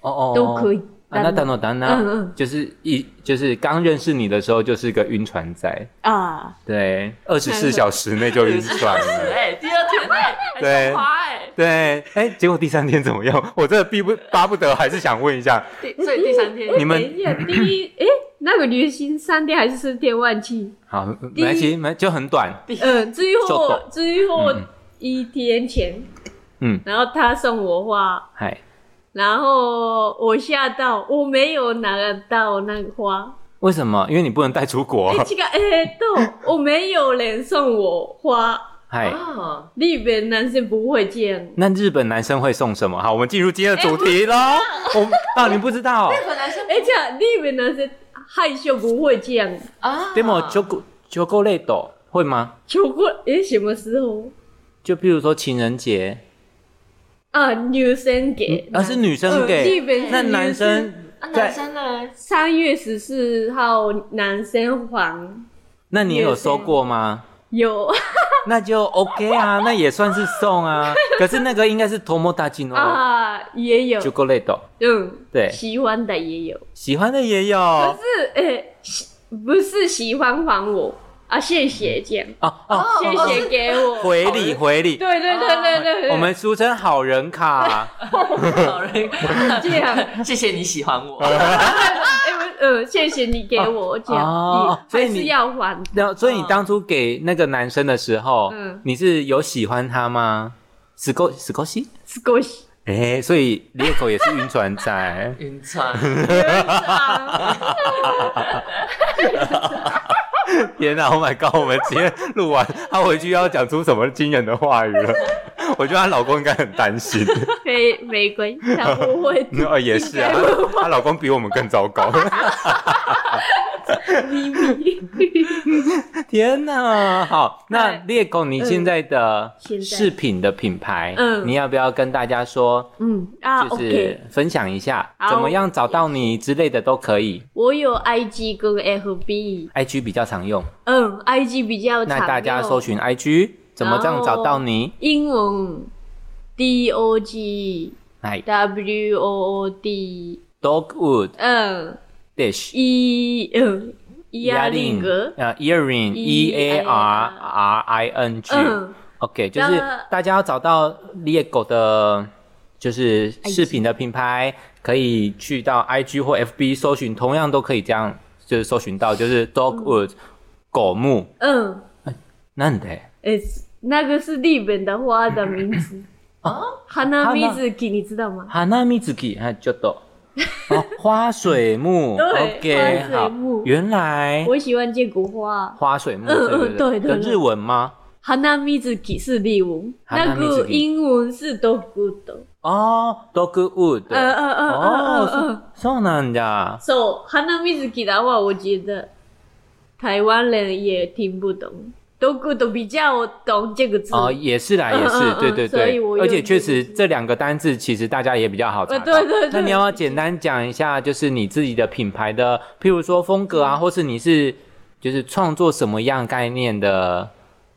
[SPEAKER 2] 哦哦，
[SPEAKER 3] 都可以。
[SPEAKER 2] 啊，那当诺当
[SPEAKER 3] 嗯
[SPEAKER 2] 那
[SPEAKER 3] 嗯，
[SPEAKER 2] 就是一就是刚认识你的时候就是个晕船仔，
[SPEAKER 3] 啊，
[SPEAKER 2] 对，二十四小时内就晕船
[SPEAKER 3] *laughs*
[SPEAKER 2] 了。
[SPEAKER 1] 哎，第二天哎，还
[SPEAKER 2] 对
[SPEAKER 1] 送花哎，
[SPEAKER 2] 对，哎，结果第三天怎么样？ *laughs* 我真的逼不巴不得，还是想问一下，
[SPEAKER 1] 第所以第三天
[SPEAKER 2] 你们
[SPEAKER 3] 等一下，第一，哎，那个旅行三天还是四天
[SPEAKER 2] *laughs*
[SPEAKER 3] 忘记，
[SPEAKER 2] 好，没关系，没就很短，
[SPEAKER 3] 嗯，最
[SPEAKER 2] 就
[SPEAKER 3] 后
[SPEAKER 2] 懂
[SPEAKER 3] 最后
[SPEAKER 2] 嗯
[SPEAKER 3] 一天前，
[SPEAKER 2] 嗯，
[SPEAKER 3] 然后他送我花，
[SPEAKER 2] 嗨，
[SPEAKER 3] 然后我吓到，我没有拿到那个花，
[SPEAKER 2] 为什么？因为你不能带出国
[SPEAKER 3] 哎，这个哎，都我没有人送我花，
[SPEAKER 2] 嗨、
[SPEAKER 1] 啊，
[SPEAKER 3] 日本男生不会这样，
[SPEAKER 2] 那日本男生会送什么？好，我们进入今天的主题喽。
[SPEAKER 3] 哎
[SPEAKER 2] 我 *laughs* 们啊，你不知道
[SPEAKER 1] 本来是
[SPEAKER 3] 而且日本男生害羞不会这样。
[SPEAKER 1] 啊
[SPEAKER 2] ？demo c h o c o l a t e 会吗？
[SPEAKER 3] 求过诶，什么时候
[SPEAKER 2] 就譬如说情人节，
[SPEAKER 3] 啊？女生给，
[SPEAKER 2] 而、是女生
[SPEAKER 3] 呃
[SPEAKER 2] 给
[SPEAKER 3] 日，本是
[SPEAKER 2] 那男
[SPEAKER 3] 女
[SPEAKER 2] 生
[SPEAKER 3] 生
[SPEAKER 1] 啊，
[SPEAKER 2] 在
[SPEAKER 1] 男生呢？
[SPEAKER 3] 三月十四号男生还
[SPEAKER 2] 那你有收过吗？
[SPEAKER 3] 有
[SPEAKER 2] 那就 OK 啊，那也算是送
[SPEAKER 3] *laughs*
[SPEAKER 2] 啊。可是那个应该是多么大金哦
[SPEAKER 3] 啊，也有
[SPEAKER 2] c h o，c o l a t e
[SPEAKER 3] 嗯，
[SPEAKER 2] 对
[SPEAKER 3] 喜欢的也有，
[SPEAKER 2] 喜欢的也有
[SPEAKER 3] 可
[SPEAKER 2] 哦
[SPEAKER 3] 是诶，喜不是喜欢还我啊，谢谢这样，
[SPEAKER 2] 哦，
[SPEAKER 1] 哦
[SPEAKER 3] 谢谢给我，
[SPEAKER 2] 回礼回礼，
[SPEAKER 3] *laughs* 对对对对对对，
[SPEAKER 2] 哦我们俗称好人卡。
[SPEAKER 1] 好人，
[SPEAKER 3] 这样，
[SPEAKER 1] *laughs* 谢谢你喜欢我，
[SPEAKER 3] 哎我呃，谢谢你给我这
[SPEAKER 2] 哦
[SPEAKER 3] 样，
[SPEAKER 2] 所以
[SPEAKER 3] 还是
[SPEAKER 2] 你
[SPEAKER 3] 要还，
[SPEAKER 2] 那所以你
[SPEAKER 1] 嗯。
[SPEAKER 2] 当初给那个男生的时候，
[SPEAKER 3] 嗯
[SPEAKER 2] 你是有喜欢他吗？死狗死狗西，
[SPEAKER 3] 少し。
[SPEAKER 2] 哎、所以猎狗也是晕船仔
[SPEAKER 1] *laughs* 晕船，
[SPEAKER 2] 天哪、o h my god！我们今天录完，她回去要讲出什么惊人的话语了？我觉得她老公应该很担心。，
[SPEAKER 3] 玫玫 *laughs* 瑰，他不会
[SPEAKER 2] 哦，也是啊，她老公比我们更糟糕。
[SPEAKER 3] 咪咪。
[SPEAKER 2] 天哪！好，那
[SPEAKER 3] 对
[SPEAKER 2] 猎狗，你现在的
[SPEAKER 3] 哎嗯现在
[SPEAKER 2] 饰品的品牌，
[SPEAKER 3] 嗯
[SPEAKER 2] 你要不要跟大家说，
[SPEAKER 3] 嗯啊
[SPEAKER 2] 就
[SPEAKER 3] ，OK，
[SPEAKER 2] 是分享一下
[SPEAKER 3] 好
[SPEAKER 2] 怎么样找到你之类的都可以
[SPEAKER 3] 我有 IG 跟 FB，
[SPEAKER 2] ，IG 比较常用。
[SPEAKER 3] 嗯，IG 比较常
[SPEAKER 2] 那大家搜
[SPEAKER 3] 用
[SPEAKER 2] 寻 IG 怎么这样找到你？
[SPEAKER 3] 英文 D O G
[SPEAKER 2] 哎
[SPEAKER 3] W O O D，
[SPEAKER 2] ，Dogwood
[SPEAKER 3] 嗯
[SPEAKER 2] Dish
[SPEAKER 3] ，E 嗯，伊亚令格，
[SPEAKER 2] 呃 earring E A R R I N G。
[SPEAKER 3] 嗯，
[SPEAKER 2] OK，就是大家要找到猎狗的，就是饰品的品牌，可以去到 IG 或 FB 搜寻，同样都可以这样，就是搜寻到就是 Dogwood 狗木。
[SPEAKER 3] 嗯，
[SPEAKER 2] なんで？
[SPEAKER 3] 诶，那个是日本的花的名字
[SPEAKER 2] *laughs*
[SPEAKER 3] 啊，花那名
[SPEAKER 2] 花
[SPEAKER 3] 字，你知道吗？
[SPEAKER 2] 花見月还ちょっと。啊 *laughs* 哦，花水木
[SPEAKER 3] 对
[SPEAKER 2] ，OK，
[SPEAKER 3] 花水
[SPEAKER 2] 好
[SPEAKER 3] 木，
[SPEAKER 2] 原来
[SPEAKER 3] 我喜欢这朵花。
[SPEAKER 2] 花水木，
[SPEAKER 3] 嗯嗯
[SPEAKER 2] 对不
[SPEAKER 3] 对对
[SPEAKER 2] 有
[SPEAKER 3] 对
[SPEAKER 2] 日文吗？
[SPEAKER 3] 花見ずき是例文，那
[SPEAKER 2] 花見月
[SPEAKER 3] 个英文是 dog。
[SPEAKER 2] 哦，dogwood，
[SPEAKER 3] 嗯嗯嗯嗯嗯嗯
[SPEAKER 2] 哦。，そうなんだ。
[SPEAKER 3] So 花見ずき的话，我觉得台湾人也听不懂，dog 都比较懂这个字。
[SPEAKER 2] 哦，也是啦，
[SPEAKER 3] 嗯
[SPEAKER 2] 也是
[SPEAKER 3] 嗯，嗯
[SPEAKER 2] 对对
[SPEAKER 3] 所以我
[SPEAKER 2] 对，
[SPEAKER 3] 有
[SPEAKER 2] 而且确
[SPEAKER 3] 点
[SPEAKER 2] 实这两个单字其实大家也比较好查
[SPEAKER 3] 呃
[SPEAKER 2] 到。
[SPEAKER 3] 对对对
[SPEAKER 2] 那你要不要简单讲一下，就是你自己的品牌的，譬如说风格
[SPEAKER 3] 嗯
[SPEAKER 2] 啊，或是你是就是创作什么样概念的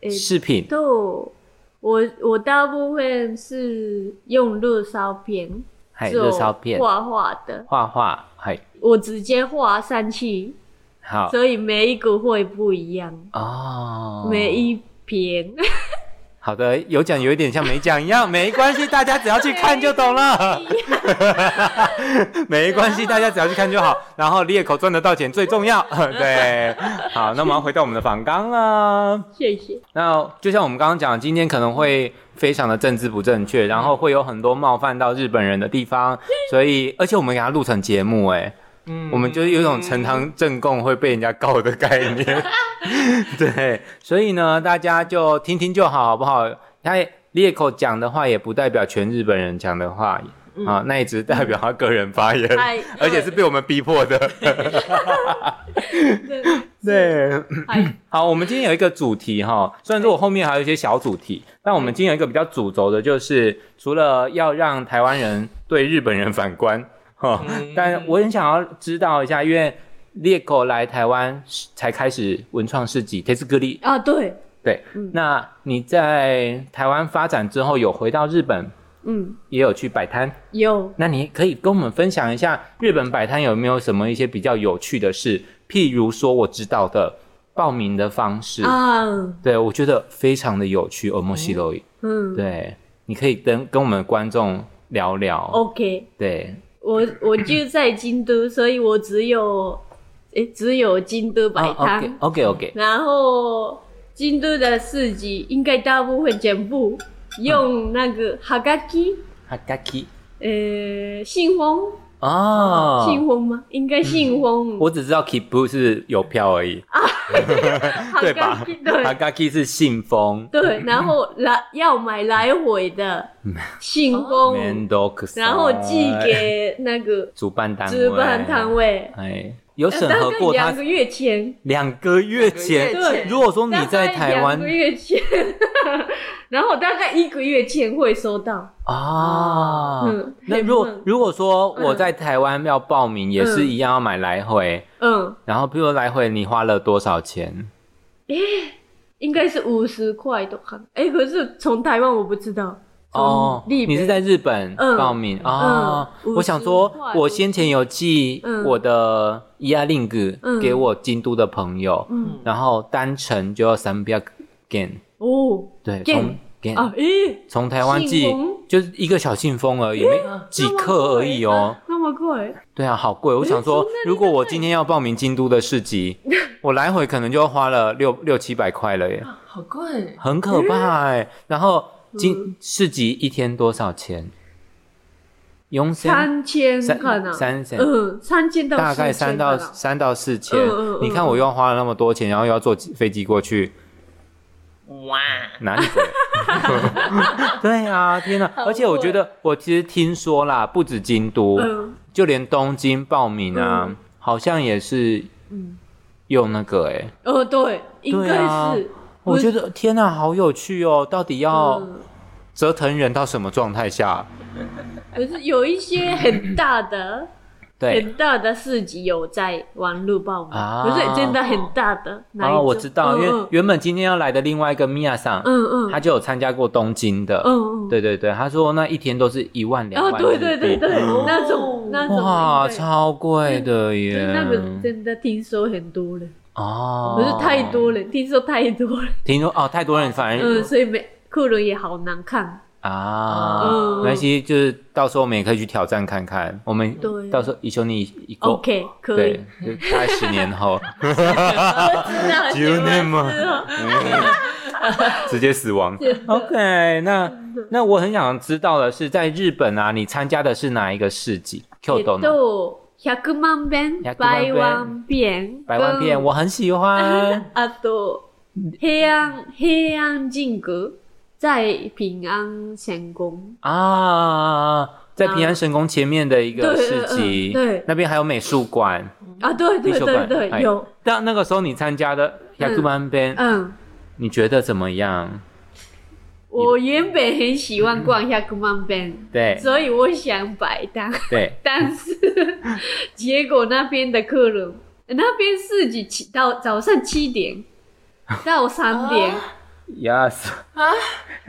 [SPEAKER 3] 诶
[SPEAKER 2] 饰品？
[SPEAKER 3] 都，我我大部分是用热烧片
[SPEAKER 2] 还有
[SPEAKER 3] 做
[SPEAKER 2] 哎热烧片、
[SPEAKER 3] 哦画画的，
[SPEAKER 2] 画画，还
[SPEAKER 3] 我直接画上去，
[SPEAKER 2] 好
[SPEAKER 3] 所以每一个会不一样，
[SPEAKER 2] 哦。
[SPEAKER 3] 每一篇。
[SPEAKER 2] 好的，有讲有一点像没讲一样，没关系，大家只要去看就懂了。没关系，大家只要去看就好。然后裂口赚得到钱最重要。对，好，那我们要回到我们的访纲了。
[SPEAKER 3] *laughs* 谢谢。
[SPEAKER 2] 那就像我们刚刚讲，今天可能会非常的政治不正确，然后会有很多冒犯到日本人的地方，所以而且我们给他录成节目、哎，
[SPEAKER 1] 嗯
[SPEAKER 2] 我们就是有一种呈堂证供会被人家告的概念。对，所以呢，大家就听听就好，好不好？他裂口讲的话也不代表全日本人讲的话、啊，那也只是代表他个人发言，
[SPEAKER 3] 哎
[SPEAKER 2] 而且是被我们逼迫的。
[SPEAKER 3] 对，
[SPEAKER 2] 对，
[SPEAKER 3] 哎
[SPEAKER 2] 好，我们今天有一个主题哈，虽然说我后面还有一些小主题，但我们今天有一个比较主轴的，就是除了要让台湾人对日本人反观哈，
[SPEAKER 1] 嗯
[SPEAKER 2] 但我很想要知道一下，因为猎狗来台湾是才开始文创市集 t e s g 力，
[SPEAKER 3] 啊，对，
[SPEAKER 2] 对，
[SPEAKER 3] 嗯
[SPEAKER 2] 那你在台湾发展之后，有回到日本，
[SPEAKER 3] 嗯，
[SPEAKER 2] 也有去摆摊，
[SPEAKER 3] 有。
[SPEAKER 2] 那你可以跟我们分享一下日本摆摊有没有什么一些比较有趣的事？譬如说我知道的报名的方式，
[SPEAKER 3] 啊，
[SPEAKER 2] 对我觉得非常的有趣，欧莫西罗伊。
[SPEAKER 3] 嗯
[SPEAKER 2] 对，你可以跟跟我们观众聊聊。
[SPEAKER 3] 哦，OK，
[SPEAKER 2] 对，
[SPEAKER 3] 我我就在京都，所以我只有，诶，只有京都摆摊，
[SPEAKER 2] o k 啊 OK，
[SPEAKER 3] 然后京都的市集应该大部分全部
[SPEAKER 2] 啊
[SPEAKER 3] 用那个哈嘎基，
[SPEAKER 2] 哈嘎基，
[SPEAKER 3] 呃，信封
[SPEAKER 2] 哦，
[SPEAKER 3] 信封吗？应该信封。
[SPEAKER 2] 我只知道 kibu 是邮票而已，
[SPEAKER 3] 好
[SPEAKER 2] 对吧
[SPEAKER 3] 干净啊对
[SPEAKER 2] ？agaki 是信封
[SPEAKER 3] 对，然后来要买来回的
[SPEAKER 2] 嗯
[SPEAKER 3] 信封，
[SPEAKER 2] ，mandox，
[SPEAKER 3] 哦然后寄给那个
[SPEAKER 2] 主办单位，
[SPEAKER 3] 值班摊。位。呃
[SPEAKER 2] 哎，有审
[SPEAKER 3] 大
[SPEAKER 2] 核
[SPEAKER 3] 概
[SPEAKER 2] 过他
[SPEAKER 3] 两个月前，
[SPEAKER 2] 两个月
[SPEAKER 1] 两
[SPEAKER 2] 前。
[SPEAKER 1] 个月
[SPEAKER 3] 对
[SPEAKER 1] 前
[SPEAKER 2] 如果说哦你
[SPEAKER 3] 大
[SPEAKER 2] 在
[SPEAKER 3] 概
[SPEAKER 2] 台湾
[SPEAKER 3] 两个月前， *laughs* 然后大概一个月前会收到。
[SPEAKER 2] 啊，
[SPEAKER 3] 嗯嗯
[SPEAKER 2] 那如果
[SPEAKER 3] 很棒
[SPEAKER 2] 如果说我在台湾要报名，也是一样要买来回，
[SPEAKER 3] 嗯，
[SPEAKER 2] 然后比如来回你花了多少钱？
[SPEAKER 3] 应该是五十块的哈。哎，可是从台湾我不知道。从
[SPEAKER 2] 哦，
[SPEAKER 3] 日本
[SPEAKER 2] 你是在日本
[SPEAKER 3] 嗯
[SPEAKER 2] 报名啊？
[SPEAKER 3] 嗯
[SPEAKER 2] 我想说
[SPEAKER 3] 50块，
[SPEAKER 2] 我先前有寄
[SPEAKER 3] 嗯
[SPEAKER 2] 我的 e a l i n k
[SPEAKER 3] 嗯
[SPEAKER 2] 给我京都的朋友，
[SPEAKER 3] 嗯
[SPEAKER 2] 然后单程就要三百 gen，
[SPEAKER 3] 哦
[SPEAKER 2] 对，
[SPEAKER 3] yen
[SPEAKER 2] 从 gen
[SPEAKER 3] 啊，诶，
[SPEAKER 2] 从台湾寄
[SPEAKER 3] 信封
[SPEAKER 2] 就是一个小信封而已，没几克而已哦。
[SPEAKER 3] 那么贵，啊
[SPEAKER 2] 对啊，好贵！我想说
[SPEAKER 3] 真的，
[SPEAKER 2] 如果我今天要报名京都的市
[SPEAKER 3] *laughs*
[SPEAKER 2] 集，我来回可能就花了六六七百块了耶，
[SPEAKER 1] 好贵，
[SPEAKER 2] 很可
[SPEAKER 3] 嗯
[SPEAKER 2] 怕哎、然后京市集一天多少钱？用三
[SPEAKER 3] 三千
[SPEAKER 2] 三
[SPEAKER 3] 看啊，
[SPEAKER 2] 三千
[SPEAKER 3] 嗯，三千到
[SPEAKER 2] 大概
[SPEAKER 3] 四千
[SPEAKER 2] 三到
[SPEAKER 3] 看啊
[SPEAKER 2] 三到四千
[SPEAKER 3] 嗯嗯。嗯
[SPEAKER 2] 你看我又花了那么多钱，然后又要坐飞机过去，
[SPEAKER 1] 哇，
[SPEAKER 2] 哪
[SPEAKER 3] *laughs*
[SPEAKER 2] 里鬼？对啊，天哪！
[SPEAKER 3] 好
[SPEAKER 2] 而且我觉得，我其实听说啦，不止京都，
[SPEAKER 3] 嗯
[SPEAKER 2] 就连东京报名啊，
[SPEAKER 3] 嗯
[SPEAKER 2] 好像也是用那个哎、
[SPEAKER 3] 哦，对，应该
[SPEAKER 2] 啊
[SPEAKER 3] 是，
[SPEAKER 2] 我
[SPEAKER 3] 不是
[SPEAKER 2] 觉得天哪，好有趣哦！到底要
[SPEAKER 3] 嗯，
[SPEAKER 2] 折腾人到什么状态下？
[SPEAKER 3] 可是有一些很大的、
[SPEAKER 2] 对
[SPEAKER 3] 很大的市集有在网络报名，
[SPEAKER 2] 啊
[SPEAKER 3] 可是真的很大的那一
[SPEAKER 2] 啊，
[SPEAKER 3] 种。
[SPEAKER 2] 我知道，因
[SPEAKER 3] 嗯
[SPEAKER 2] 为原本今天要来的另外一个米娅桑，
[SPEAKER 3] 嗯嗯
[SPEAKER 2] 他就有参加过东京的，
[SPEAKER 3] 嗯嗯，
[SPEAKER 2] 对对对，他说那一天都是一万两
[SPEAKER 3] 哦，
[SPEAKER 2] 万日币，
[SPEAKER 3] 对对对对，
[SPEAKER 1] 哦
[SPEAKER 3] 那种那种
[SPEAKER 2] 哇，
[SPEAKER 3] 应该
[SPEAKER 2] 超贵的耶！
[SPEAKER 3] 那个真的听说很多人，
[SPEAKER 2] 哦，
[SPEAKER 3] 可是太多人，听说太多人，
[SPEAKER 2] 听说哦，太多人反而
[SPEAKER 3] 嗯，所以每客人也好难看。
[SPEAKER 2] 啊，
[SPEAKER 3] 嗯
[SPEAKER 2] 没关系，就是到时候我们也可以去挑战看看。我们
[SPEAKER 3] 对
[SPEAKER 2] 到时候一求你一个
[SPEAKER 3] OK，可以
[SPEAKER 2] 哦对，，就大概十年后
[SPEAKER 3] *laughs* 那
[SPEAKER 2] 只有那么
[SPEAKER 3] 是哦
[SPEAKER 2] 嗯 *laughs* 直接死
[SPEAKER 3] *laughs*
[SPEAKER 2] 亡
[SPEAKER 3] 真。的
[SPEAKER 2] OK，那那我很想知道的是，在日本啊，你参加的是哪一个市集
[SPEAKER 3] え
[SPEAKER 2] ？Q
[SPEAKER 3] っ
[SPEAKER 2] 斗呢？
[SPEAKER 3] と、100万遍、
[SPEAKER 2] 100万
[SPEAKER 3] 百
[SPEAKER 2] 遍
[SPEAKER 3] 万遍、
[SPEAKER 2] 百万
[SPEAKER 3] 嗯
[SPEAKER 2] 片，我很喜
[SPEAKER 3] *laughs*
[SPEAKER 2] 欢
[SPEAKER 3] あと、平安、平安神宮、在平安神宮。
[SPEAKER 2] 啊。在平安神宫前面的一个
[SPEAKER 3] 对
[SPEAKER 2] 市集，
[SPEAKER 3] 嗯对
[SPEAKER 2] 那边还有美术馆。
[SPEAKER 3] 啊，对
[SPEAKER 2] 美
[SPEAKER 3] 对
[SPEAKER 2] 术馆
[SPEAKER 3] 对对，
[SPEAKER 2] 哎
[SPEAKER 3] 有，
[SPEAKER 2] 但那个时候你参加的雅库曼边，
[SPEAKER 3] 嗯，
[SPEAKER 2] 你觉得怎么样？
[SPEAKER 3] 我原本很喜欢逛100万遍，
[SPEAKER 2] 对
[SPEAKER 3] 所以我想摆摊，
[SPEAKER 2] 对，
[SPEAKER 3] *laughs* 但是结果那边的客人，那边市集起到早上
[SPEAKER 2] *laughs*
[SPEAKER 3] 七点到三点，
[SPEAKER 2] Yes，
[SPEAKER 1] 啊，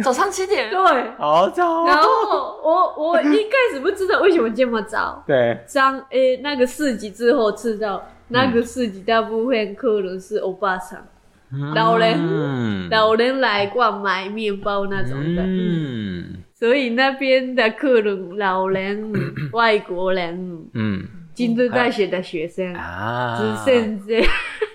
[SPEAKER 1] 早上七点，
[SPEAKER 3] 对，
[SPEAKER 2] 好早，
[SPEAKER 3] 然后我我一开始不知道为什么这么早
[SPEAKER 2] 对，
[SPEAKER 3] 张诶、那个四级之后知道，那
[SPEAKER 2] 嗯
[SPEAKER 3] 个四级大部分客人是欧巴桑、老人
[SPEAKER 2] 嗯
[SPEAKER 3] 老人来逛买面包那种的，
[SPEAKER 2] 嗯
[SPEAKER 3] 所以那边的客人老人、
[SPEAKER 2] *coughs*
[SPEAKER 3] 外国人、
[SPEAKER 2] 嗯
[SPEAKER 3] 京都大学的学生。
[SPEAKER 2] 啊，
[SPEAKER 3] 只剩这，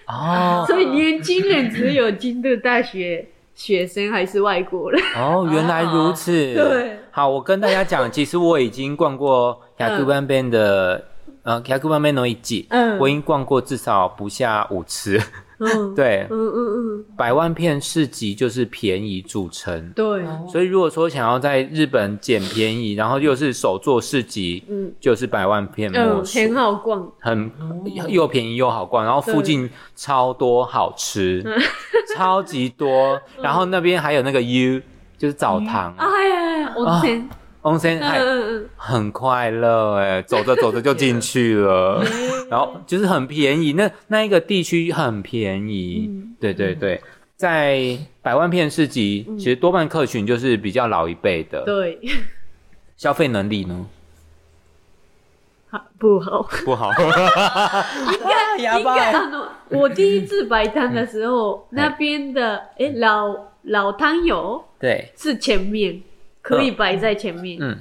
[SPEAKER 2] 哦
[SPEAKER 3] *laughs* 所以年轻人只有京都大学学生还是外国人， *laughs*
[SPEAKER 2] 哦，原来如此。
[SPEAKER 3] 对，
[SPEAKER 2] 好，我跟大家讲，其实我已经逛过雅库曼边的。呃，雅库曼边那一季，
[SPEAKER 3] 嗯
[SPEAKER 2] 我已经逛过至少不下五次。
[SPEAKER 3] 嗯，，
[SPEAKER 2] 对，
[SPEAKER 3] 嗯嗯嗯，
[SPEAKER 2] 百万片市集就是便宜著称，
[SPEAKER 3] 对，嗯
[SPEAKER 1] 哦
[SPEAKER 2] 所以如果说想要在日本捡便宜，然后又是手作市集，
[SPEAKER 3] 嗯
[SPEAKER 2] 就是百万片
[SPEAKER 3] 嗯，
[SPEAKER 2] 魔术，
[SPEAKER 3] 很好逛，
[SPEAKER 2] 很
[SPEAKER 3] 哦
[SPEAKER 2] 又便宜又好逛，然后附近超多好吃，
[SPEAKER 3] 嗯
[SPEAKER 2] *laughs* 超级多，然后那边还有那个 U，就是澡堂
[SPEAKER 3] 哎呀呀，我
[SPEAKER 2] 哦
[SPEAKER 3] 天，
[SPEAKER 2] 温泉，
[SPEAKER 3] 嗯
[SPEAKER 2] 还
[SPEAKER 3] 嗯
[SPEAKER 2] 很快乐哎，走着走着就进去了，
[SPEAKER 3] 嗯
[SPEAKER 2] 然后就是很便宜，那那一个地区很便宜，
[SPEAKER 3] 嗯
[SPEAKER 2] 对对对。在百万片市集，其实多半客群就是比较老一辈
[SPEAKER 3] 嗯，
[SPEAKER 2] 的，
[SPEAKER 3] 对， *laughs*
[SPEAKER 2] 消费能力呢
[SPEAKER 3] 好不好？
[SPEAKER 2] 不好， *laughs* 牙
[SPEAKER 3] *laughs* 应该あの我第一次摆摊的时候，那边的哎老老摊友
[SPEAKER 2] 对，
[SPEAKER 3] 是前面可以摆在前面，
[SPEAKER 2] 嗯，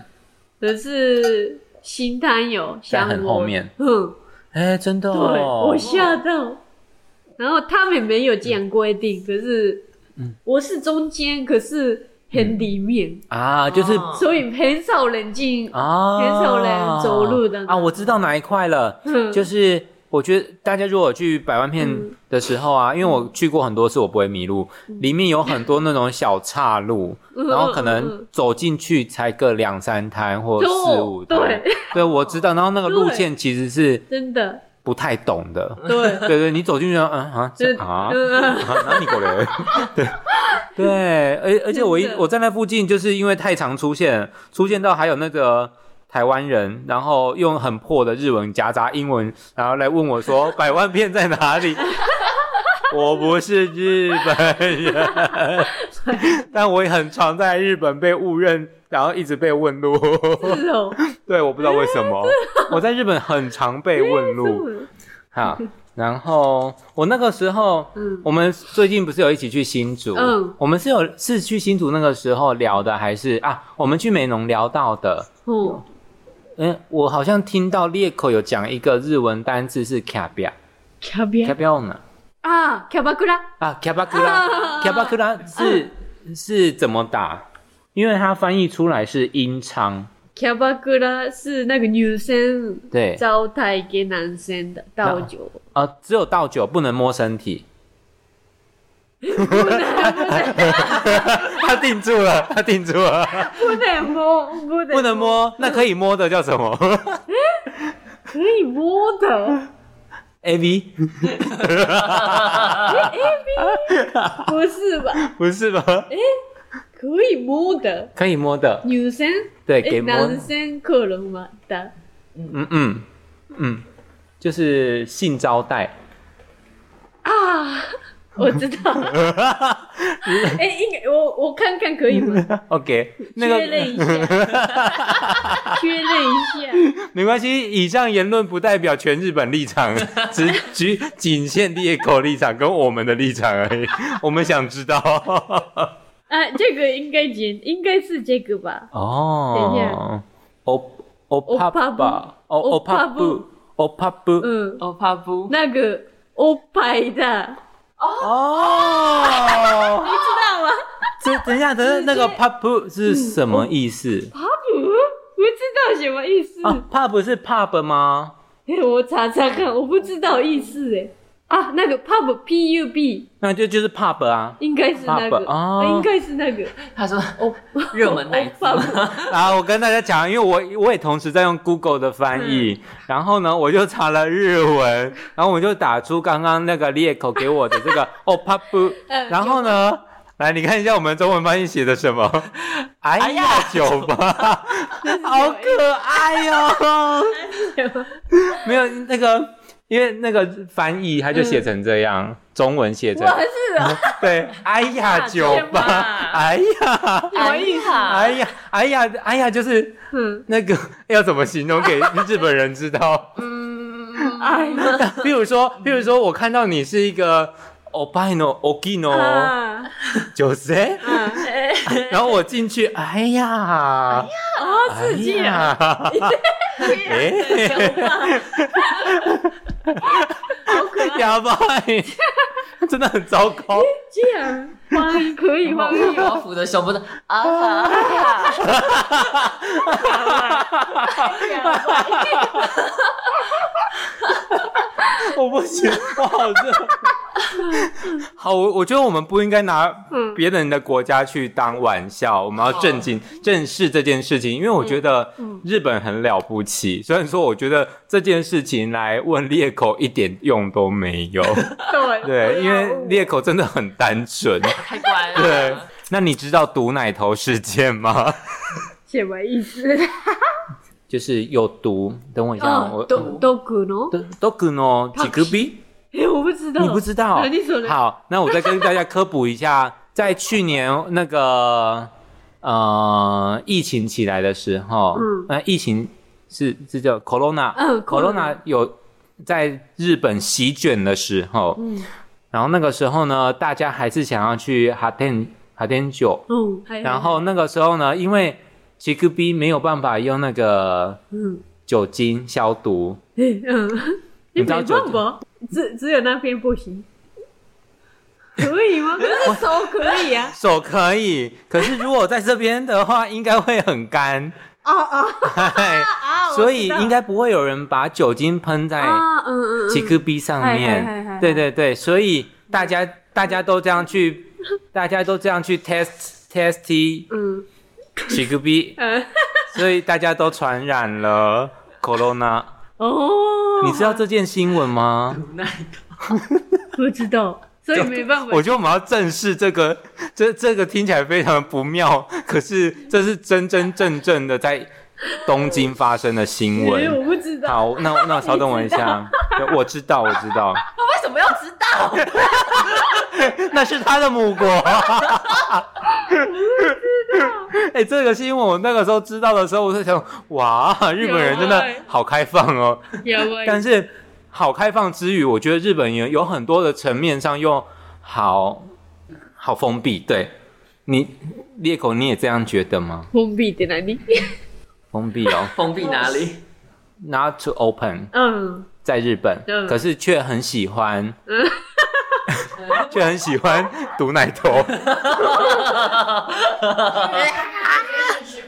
[SPEAKER 3] 可是新摊友像
[SPEAKER 2] 在很
[SPEAKER 3] 我
[SPEAKER 2] 后面，
[SPEAKER 3] 嗯，
[SPEAKER 2] 哎，真的
[SPEAKER 3] 对
[SPEAKER 2] 哦，
[SPEAKER 3] 我吓到，然后他们没有这样规定，可是我是中间，可是。很里面，
[SPEAKER 2] 啊，就是
[SPEAKER 1] 哦
[SPEAKER 3] 所以很少人进。
[SPEAKER 2] 啊，
[SPEAKER 3] 很少哦人走路的
[SPEAKER 2] 啊，我知道哪一块了，
[SPEAKER 3] 嗯
[SPEAKER 2] 就是我觉得大家如果去百万片的时候啊，因为我去过很多次，我不会迷路，里面有很多那种小岔路，
[SPEAKER 3] 嗯
[SPEAKER 2] 然后可
[SPEAKER 3] 嗯
[SPEAKER 2] 能
[SPEAKER 3] 嗯
[SPEAKER 2] 走进去才个两三摊或四五摊，
[SPEAKER 3] 对，
[SPEAKER 2] 对我知道，然后那个路线其实是
[SPEAKER 3] 真的，
[SPEAKER 2] 不太懂的，
[SPEAKER 3] 对，
[SPEAKER 2] 对对，你走进去，嗯啊
[SPEAKER 3] 就是
[SPEAKER 2] 这啊。
[SPEAKER 3] 嗯
[SPEAKER 2] 啊，那你狗 *laughs* 嘞？对对，而而且我一
[SPEAKER 3] 真的
[SPEAKER 2] 我在那附近，就是因为太常出现，出现到还有那个台湾人，然后用很破的日文夹杂英文，然后来问我说百万片在哪
[SPEAKER 3] *laughs*
[SPEAKER 2] 里？我不是日本
[SPEAKER 3] *laughs*
[SPEAKER 2] 人，但我也很常在日本被误认，然后一直被问
[SPEAKER 3] *laughs*
[SPEAKER 2] 路。
[SPEAKER 3] 是哦，
[SPEAKER 2] 对，我不知道为什么，
[SPEAKER 3] 嗯
[SPEAKER 2] 我在日本很常被问路。好，然后我那个时候，
[SPEAKER 3] 嗯
[SPEAKER 2] 我们最近不是有一起去新竹？
[SPEAKER 3] 嗯
[SPEAKER 2] 我们是有是去新竹那个时候聊的，还是啊，我们去美浓聊到的？
[SPEAKER 3] 哦，
[SPEAKER 2] 嗯，我好像听到裂口有讲一个日文单字是卡比亚，
[SPEAKER 3] 卡
[SPEAKER 2] 卡
[SPEAKER 3] 比
[SPEAKER 2] 比亚呢？
[SPEAKER 3] 啊，卡巴库拉，
[SPEAKER 2] 啊，卡巴库
[SPEAKER 3] *laughs*
[SPEAKER 2] 拉，卡巴库拉是是怎么打？因为它翻译出来是音仓，
[SPEAKER 3] 卡巴库拉是那个女生
[SPEAKER 2] 对
[SPEAKER 3] 招待给男生的倒酒，
[SPEAKER 2] 啊、只有倒酒不能摸身体。 *laughs* 他定住了，他定住了。
[SPEAKER 3] 不能摸，
[SPEAKER 2] *laughs*
[SPEAKER 3] 不能
[SPEAKER 2] 不能，摸，那可以摸的叫什么
[SPEAKER 3] 可以摸的，
[SPEAKER 2] *laughs* ？A V？ *laughs*
[SPEAKER 3] 不是吧？
[SPEAKER 2] 不是吧？
[SPEAKER 3] 可以摸的，
[SPEAKER 2] 可以摸的，
[SPEAKER 3] 女生
[SPEAKER 2] 对，
[SPEAKER 3] 诶
[SPEAKER 2] 给摸，
[SPEAKER 3] 男生可能吗？的，
[SPEAKER 2] 嗯嗯嗯，就是性招待。 *laughs*
[SPEAKER 3] 啊，我知道。
[SPEAKER 2] *laughs*
[SPEAKER 3] 哎、应该我我看看可以吗？ *laughs*
[SPEAKER 2] OK，那
[SPEAKER 3] 确认
[SPEAKER 2] 个
[SPEAKER 3] 一下，确认一下。
[SPEAKER 2] *laughs* 没关系，以上言论不代表全日本立
[SPEAKER 3] *laughs*
[SPEAKER 2] 场，只只仅限猎口立场跟我们的立场而已。我们想知道。 *laughs*
[SPEAKER 3] 啊，这个应该剪，应该是这个吧？等一
[SPEAKER 2] 哦
[SPEAKER 3] 下，
[SPEAKER 2] 欧欧帕巴，欧欧帕布，欧帕布，
[SPEAKER 3] 嗯，
[SPEAKER 1] 欧帕布，
[SPEAKER 3] 那个欧派的，
[SPEAKER 2] 哦。
[SPEAKER 3] *laughs* 你知道吗？
[SPEAKER 2] 这等一下，等等，那个 pub 是什么意思、
[SPEAKER 3] 啊不，不知道什么意思。
[SPEAKER 2] 啊？pub 是 pub 吗？
[SPEAKER 3] 诶我查查看，我不知道意思哎。啊，那个 pub p u b
[SPEAKER 2] 那就就是 pub 啊
[SPEAKER 3] 应该是那个，
[SPEAKER 2] pub，哦
[SPEAKER 3] 啊应该是那个
[SPEAKER 1] 他说
[SPEAKER 3] 欧
[SPEAKER 1] 热门奶子
[SPEAKER 3] pub
[SPEAKER 2] *laughs* 啊！我跟大家讲，因为我我也同时在用 Google 的翻译，然后呢，我就查了日文，然后我就打出刚刚那个裂口给我的 *laughs* 这个哦 pub，
[SPEAKER 3] 嗯
[SPEAKER 2] 然后呢，来你看一下我们中文翻译写的什么？哎呀，酒 *laughs* 吧，好可爱 *laughs* 哦！没有那个，因为那个翻译它就写成这样，中文写成
[SPEAKER 3] 哇，是啊，
[SPEAKER 2] *laughs* 对，哎 *laughs* 呀，酒吧，哎呀，
[SPEAKER 1] *laughs* 哎
[SPEAKER 2] 哎
[SPEAKER 1] 呀，
[SPEAKER 2] 呀，哎呀，哎呀，就是
[SPEAKER 3] 嗯，
[SPEAKER 2] 那个 *laughs* 要怎么形容给日本人知道？
[SPEAKER 3] 哎呀
[SPEAKER 2] 比如说，比如说，我看到你是一个哦 obino ogino
[SPEAKER 3] 啊
[SPEAKER 2] 九岁，
[SPEAKER 3] 啊
[SPEAKER 2] 然后我进去，哎呀，
[SPEAKER 3] 哦，
[SPEAKER 2] 哎
[SPEAKER 3] 是这样，
[SPEAKER 2] 呀，哎，
[SPEAKER 3] 好可
[SPEAKER 2] *laughs*
[SPEAKER 3] 爱，
[SPEAKER 2] 哑巴，真的很糟糕。
[SPEAKER 3] 这样，哇，可以
[SPEAKER 1] *laughs*
[SPEAKER 3] 吗？
[SPEAKER 1] 羽毛服的胸部的啊哈哈哈，
[SPEAKER 2] *laughs* 我不行，我好热。好，我我觉得我们不应该拿
[SPEAKER 3] 嗯
[SPEAKER 2] 别人的国家去当玩笑，我们要正经正视这件事情，因为我觉得日本很了不起。虽然说，我觉得这件事情来问裂口一点用都没有，
[SPEAKER 3] 对
[SPEAKER 2] 对，因为裂口真的很单纯。
[SPEAKER 1] 太乖了，
[SPEAKER 2] 对，那你知道毒奶头事件吗？
[SPEAKER 3] 什么意思？
[SPEAKER 2] 就是有毒，等我一下，我
[SPEAKER 3] 都都可能，
[SPEAKER 2] 都都可能哦几个币。
[SPEAKER 3] 哎，我不知道，
[SPEAKER 2] 你不知
[SPEAKER 3] *laughs*
[SPEAKER 2] 道？
[SPEAKER 3] 哪里说的
[SPEAKER 2] 好，那我再跟大家科普一
[SPEAKER 3] *laughs*
[SPEAKER 2] 下，在去年那个呃疫情起来的时候，
[SPEAKER 3] 嗯
[SPEAKER 2] 那、疫情是是叫 corona，
[SPEAKER 3] 嗯
[SPEAKER 2] corona 有在日本席卷的时候，
[SPEAKER 3] 嗯
[SPEAKER 2] 然后那个时候呢，大家还是想要去哈天哈天酒，
[SPEAKER 3] 嗯，还有
[SPEAKER 2] 然后那个时候呢，因为 c q b 没有办法用那个
[SPEAKER 3] 嗯 *laughs*
[SPEAKER 2] 酒精消毒，
[SPEAKER 3] 哎嗯，
[SPEAKER 2] 你
[SPEAKER 3] 你
[SPEAKER 2] 知道
[SPEAKER 3] 没
[SPEAKER 2] 酒
[SPEAKER 3] 办法，只只有那边不行，可以 *laughs* 吗？可是手可以啊。
[SPEAKER 2] 手可以，可是如果在这边的话，应该会很干，
[SPEAKER 3] 哦
[SPEAKER 2] *laughs*
[SPEAKER 3] 哦
[SPEAKER 2] 嗨
[SPEAKER 3] *laughs* 啊！我知道
[SPEAKER 2] 所以应该不会有人把酒精喷在
[SPEAKER 3] 啊，嗯嗯嗯，
[SPEAKER 2] 奇克逼上
[SPEAKER 3] 嗨嗨嗨嗨
[SPEAKER 2] 面
[SPEAKER 3] 嗨。
[SPEAKER 2] 对对对，所以大家大家都这样
[SPEAKER 3] *laughs*
[SPEAKER 2] 去，大家都这样去 test test
[SPEAKER 3] 嗯
[SPEAKER 2] 奇克
[SPEAKER 3] *laughs*
[SPEAKER 2] 逼，
[SPEAKER 3] 呃
[SPEAKER 2] 所以大家都传染了 corona。
[SPEAKER 3] 哦，
[SPEAKER 2] 你知道这件新闻吗？
[SPEAKER 1] 无奈的
[SPEAKER 3] 不知道，所以没办法。
[SPEAKER 2] 我觉得我们要正视这个， *laughs* 这这个听起来非常不妙， *laughs* 可是这是真真正正的在东京发生的新
[SPEAKER 3] 哎
[SPEAKER 2] 闻。
[SPEAKER 3] 我不知道，
[SPEAKER 2] 好，那
[SPEAKER 3] *laughs*
[SPEAKER 2] 那稍等我一下，对我知道，我知道， *laughs*
[SPEAKER 1] 我为什么要知道？
[SPEAKER 2] 那是他的母国。 *laughs* 哎、这个新闻我那个时候知道的时候，我就想，哇，日本人真的
[SPEAKER 3] 哎
[SPEAKER 2] 好开放哦。
[SPEAKER 3] 要不然
[SPEAKER 2] 但是好开放之余，我觉得日本也有很多的层面上又好好封闭。对你裂口，你也这样觉得吗？
[SPEAKER 3] 封闭啊在哪里？
[SPEAKER 2] *laughs* 封闭哦
[SPEAKER 1] 封闭哪里？
[SPEAKER 2] ，not to open，
[SPEAKER 3] 嗯，
[SPEAKER 2] 在日本，
[SPEAKER 3] 嗯
[SPEAKER 2] 可是却很喜欢，
[SPEAKER 3] 嗯
[SPEAKER 2] *laughs* 却很喜欢毒奶 *laughs* 头。
[SPEAKER 4] 吃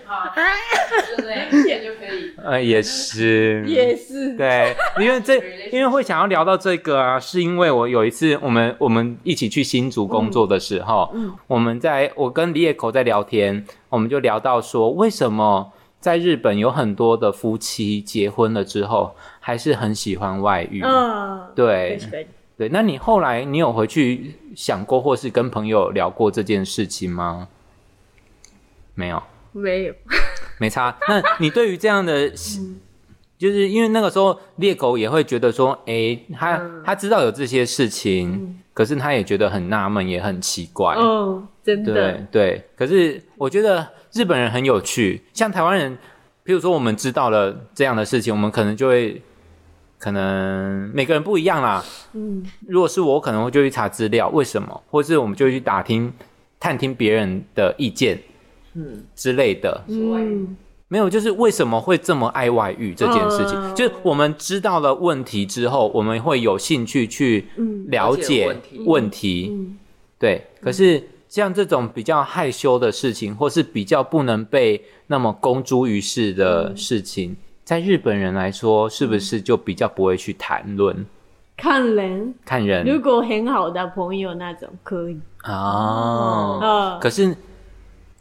[SPEAKER 4] 趴，对不对？一天就可以。
[SPEAKER 2] 呃，也是，
[SPEAKER 3] 也 *laughs* 是，
[SPEAKER 2] 对，因为这，因为会想要聊到这个啊，是因为我有一次我们我们一起去新竹工作的时候，
[SPEAKER 3] 嗯嗯
[SPEAKER 2] 我们在我跟李野口在聊天，我们就聊到说，为什么在日本有很多的夫妻结婚了之后，还是很喜欢外遇？
[SPEAKER 3] 嗯，
[SPEAKER 2] 对
[SPEAKER 3] 確かに
[SPEAKER 2] 对，那你后来你有回去想过，或是跟朋友聊过这件事情吗？没有。
[SPEAKER 3] 没有，
[SPEAKER 2] 没差。那你对于这样的，就是因为那个时候猎狗也会觉得说，诶，他、
[SPEAKER 3] 嗯
[SPEAKER 2] 他知道有这些事情，可是他也觉得很纳闷，也很奇怪。
[SPEAKER 3] 哦，真
[SPEAKER 2] 哎对
[SPEAKER 3] 的，
[SPEAKER 2] 对，可是我觉得日本人很有趣，像台湾人，比如说我们知道了这样的事情，我们可能就会，可能每个人不一样啦。
[SPEAKER 3] 嗯，
[SPEAKER 2] 如果是我，可能会就去查资料，为什么，或是我们就去打听、探听别人的意见
[SPEAKER 1] 嗯，
[SPEAKER 2] 之类的。
[SPEAKER 3] 嗯，
[SPEAKER 2] 没有，就是为什么会这么爱外遇这件事情，
[SPEAKER 3] 嗯
[SPEAKER 2] 就是我们知道了问题之后，我们会有兴趣去
[SPEAKER 3] 嗯
[SPEAKER 2] 了解
[SPEAKER 1] 了解问题
[SPEAKER 2] 题
[SPEAKER 3] 嗯
[SPEAKER 2] 对。可是像这种比较害羞的事情，或是比较不能被那么公诸于世的事情，在日本人来说，是不是就比较不会去谈论？
[SPEAKER 3] 看人，
[SPEAKER 2] 看人
[SPEAKER 3] 如果很好的朋友那种可以，
[SPEAKER 2] 哦
[SPEAKER 3] 啊，
[SPEAKER 2] 可是，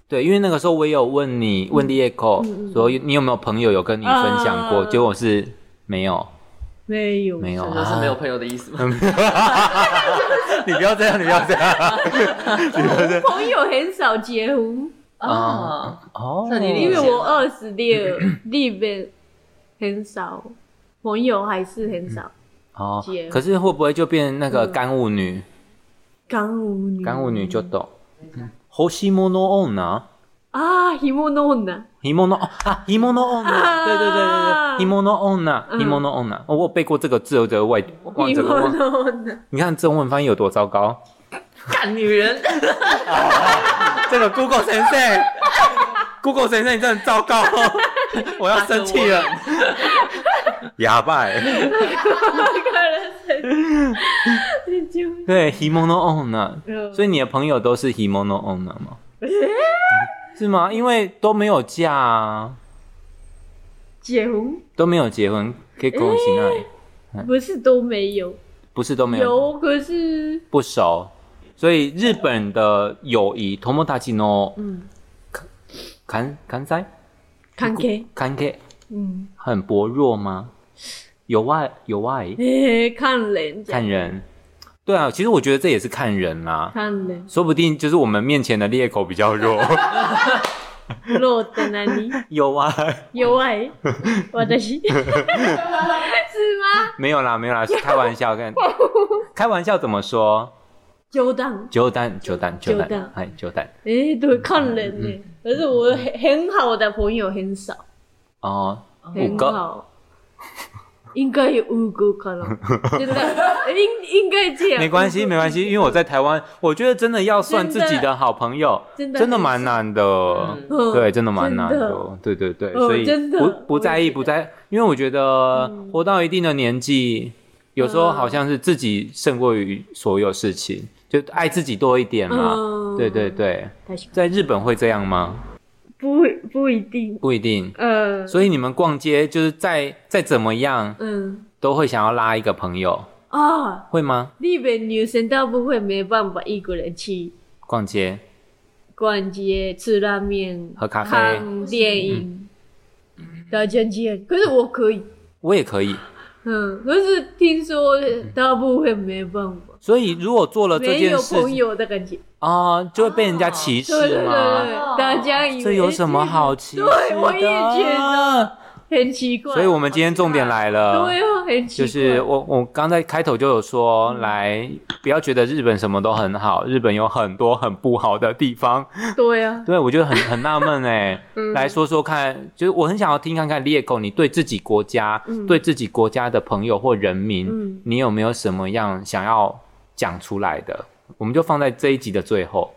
[SPEAKER 2] 对，因为那个时候我也有问你，问 d i e g o 说你有没有朋友有跟你分享过？
[SPEAKER 3] 嗯
[SPEAKER 2] 结果是没有，
[SPEAKER 3] 没有，
[SPEAKER 2] 没有，
[SPEAKER 1] 真的是没有
[SPEAKER 2] 啊。
[SPEAKER 1] 朋友的意思吗？
[SPEAKER 2] *laughs* 你不要这样，你不要这样。
[SPEAKER 3] 朋友很少结婚，
[SPEAKER 1] 啊，
[SPEAKER 2] 哦
[SPEAKER 1] 那你
[SPEAKER 3] 因为
[SPEAKER 1] 理解
[SPEAKER 3] 我二十六， *clears throat* 里面很少朋友，还是很少。
[SPEAKER 2] 哦
[SPEAKER 3] 解，
[SPEAKER 2] 可是会不会就变那
[SPEAKER 3] 嗯
[SPEAKER 2] 个干物女？
[SPEAKER 3] 干舞女，
[SPEAKER 2] 干物女就懂。ホシモノオンナ，
[SPEAKER 3] 啊，ひもの女，
[SPEAKER 2] ヒモノ啊，ヒモノオンナ，
[SPEAKER 3] 啊
[SPEAKER 2] 对对对对对，ヒモノオンナ，
[SPEAKER 3] 嗯
[SPEAKER 2] ヒモノオンナ。哦我有背过这个字，我觉得外忘
[SPEAKER 3] ひ
[SPEAKER 2] 这个
[SPEAKER 3] も
[SPEAKER 2] 忘。
[SPEAKER 3] の女，
[SPEAKER 2] 你看中文翻译有多糟糕？
[SPEAKER 1] 干女人，
[SPEAKER 2] 这个 Google 先生，Google 先生，你真的很糟
[SPEAKER 3] *laughs*
[SPEAKER 2] 糕，我要生气了，哑巴欸。
[SPEAKER 3] 你就
[SPEAKER 2] 对，Himono Owner，
[SPEAKER 3] 嗯
[SPEAKER 2] *laughs* 所以你的朋友都是 Himono Owner 吗？是吗？因为都没有嫁啊，
[SPEAKER 3] 结婚
[SPEAKER 2] 都没有结婚，可以跟我行爱，
[SPEAKER 3] 不是都没有，
[SPEAKER 2] 不是都没有
[SPEAKER 3] 有可是
[SPEAKER 2] 不熟，所以日本的友谊友達の
[SPEAKER 3] 嗯，
[SPEAKER 2] 関関西
[SPEAKER 3] 関係，
[SPEAKER 2] 関係
[SPEAKER 3] 嗯，
[SPEAKER 2] 很薄弱吗？有外有外。
[SPEAKER 3] 诶，看人，
[SPEAKER 2] 看人，对啊，其实我觉得这也是看人啦、
[SPEAKER 3] 看人，
[SPEAKER 2] 说不定就是我们面前的裂口比较弱。
[SPEAKER 3] 弱在哪
[SPEAKER 2] *laughs*
[SPEAKER 3] 里？欸
[SPEAKER 2] 有啊，
[SPEAKER 3] 弱い，
[SPEAKER 2] *laughs*
[SPEAKER 3] 私 *laughs* 是吗？
[SPEAKER 2] 没有啦，没有啦，是开玩笑，跟开玩笑怎么说？
[SPEAKER 3] 冗談。
[SPEAKER 2] 九蛋，九蛋，九
[SPEAKER 3] 九蛋
[SPEAKER 2] 蛋，哎，九蛋。
[SPEAKER 3] 诶，对，看人
[SPEAKER 2] 嗯
[SPEAKER 3] 呢。可是我很很好的朋友很少，
[SPEAKER 2] 哦，五
[SPEAKER 3] 很
[SPEAKER 2] 个，
[SPEAKER 3] 好。应该有五个
[SPEAKER 2] *laughs*
[SPEAKER 3] 可能，真的应应该这样。
[SPEAKER 2] 没关系，没关系，因为我在台湾，我觉得真的要算自己的好朋友，
[SPEAKER 3] 真的
[SPEAKER 2] 真的蛮难的。
[SPEAKER 1] 嗯
[SPEAKER 3] 嗯
[SPEAKER 2] 对，真的蛮难
[SPEAKER 3] 真
[SPEAKER 2] 的
[SPEAKER 3] 的，
[SPEAKER 2] 对对对，
[SPEAKER 3] 嗯
[SPEAKER 2] 所以
[SPEAKER 3] 真的哦
[SPEAKER 2] 不
[SPEAKER 3] 我
[SPEAKER 2] 不
[SPEAKER 3] 也
[SPEAKER 2] 在意，
[SPEAKER 3] 觉得
[SPEAKER 2] 不在，因为我觉得活到一定的年纪，有时候
[SPEAKER 3] 嗯
[SPEAKER 2] 好像是自己胜过于所有事情，就爱自己多一点嘛。
[SPEAKER 3] 嗯
[SPEAKER 2] 对对对，
[SPEAKER 3] 太喜欢
[SPEAKER 2] 在日本会这样吗？
[SPEAKER 3] 不不一定，
[SPEAKER 2] 不一定。
[SPEAKER 3] 呃，
[SPEAKER 2] 所以你们逛街就是再再怎么样，
[SPEAKER 3] 嗯
[SPEAKER 2] 都会想要拉一个朋友，
[SPEAKER 3] 啊，
[SPEAKER 2] 会吗？
[SPEAKER 3] 日本女生大部分没办法一个人去
[SPEAKER 2] 逛街，
[SPEAKER 3] 逛街、吃拉面、
[SPEAKER 2] 喝咖啡嗯
[SPEAKER 3] 看电影、打酱酱。可是我可以，
[SPEAKER 2] 我也可以。
[SPEAKER 3] 嗯，可是听说
[SPEAKER 2] 嗯
[SPEAKER 3] 大部分没办法，
[SPEAKER 2] 所以如果做了这
[SPEAKER 3] 没
[SPEAKER 2] 件
[SPEAKER 3] 有
[SPEAKER 2] 事
[SPEAKER 3] 朋友的感觉。
[SPEAKER 2] 啊、就会被人家歧视
[SPEAKER 3] 对对对
[SPEAKER 2] 吗？
[SPEAKER 3] 对，大家以为
[SPEAKER 2] 这有什么好歧视的？啊
[SPEAKER 3] 对我也觉得很奇怪。
[SPEAKER 2] 所以我们今天重点来了。
[SPEAKER 3] 对啊，很奇
[SPEAKER 2] 就
[SPEAKER 3] 怪。
[SPEAKER 2] 是我我刚在开头就有说，来不要觉得日本什么都很好，日本有很多很不好的地方。
[SPEAKER 3] 对 *laughs* 啊，
[SPEAKER 2] 对我觉得很很纳闷哎
[SPEAKER 3] *laughs* 嗯，
[SPEAKER 2] 来说说看，就是我很想要听看看猎狗，你对自己国家、
[SPEAKER 3] 嗯
[SPEAKER 2] 对自己国家的朋友或人民，
[SPEAKER 3] 嗯
[SPEAKER 2] 你有没有什么样想要讲出来的？我们就放在这一集的最后。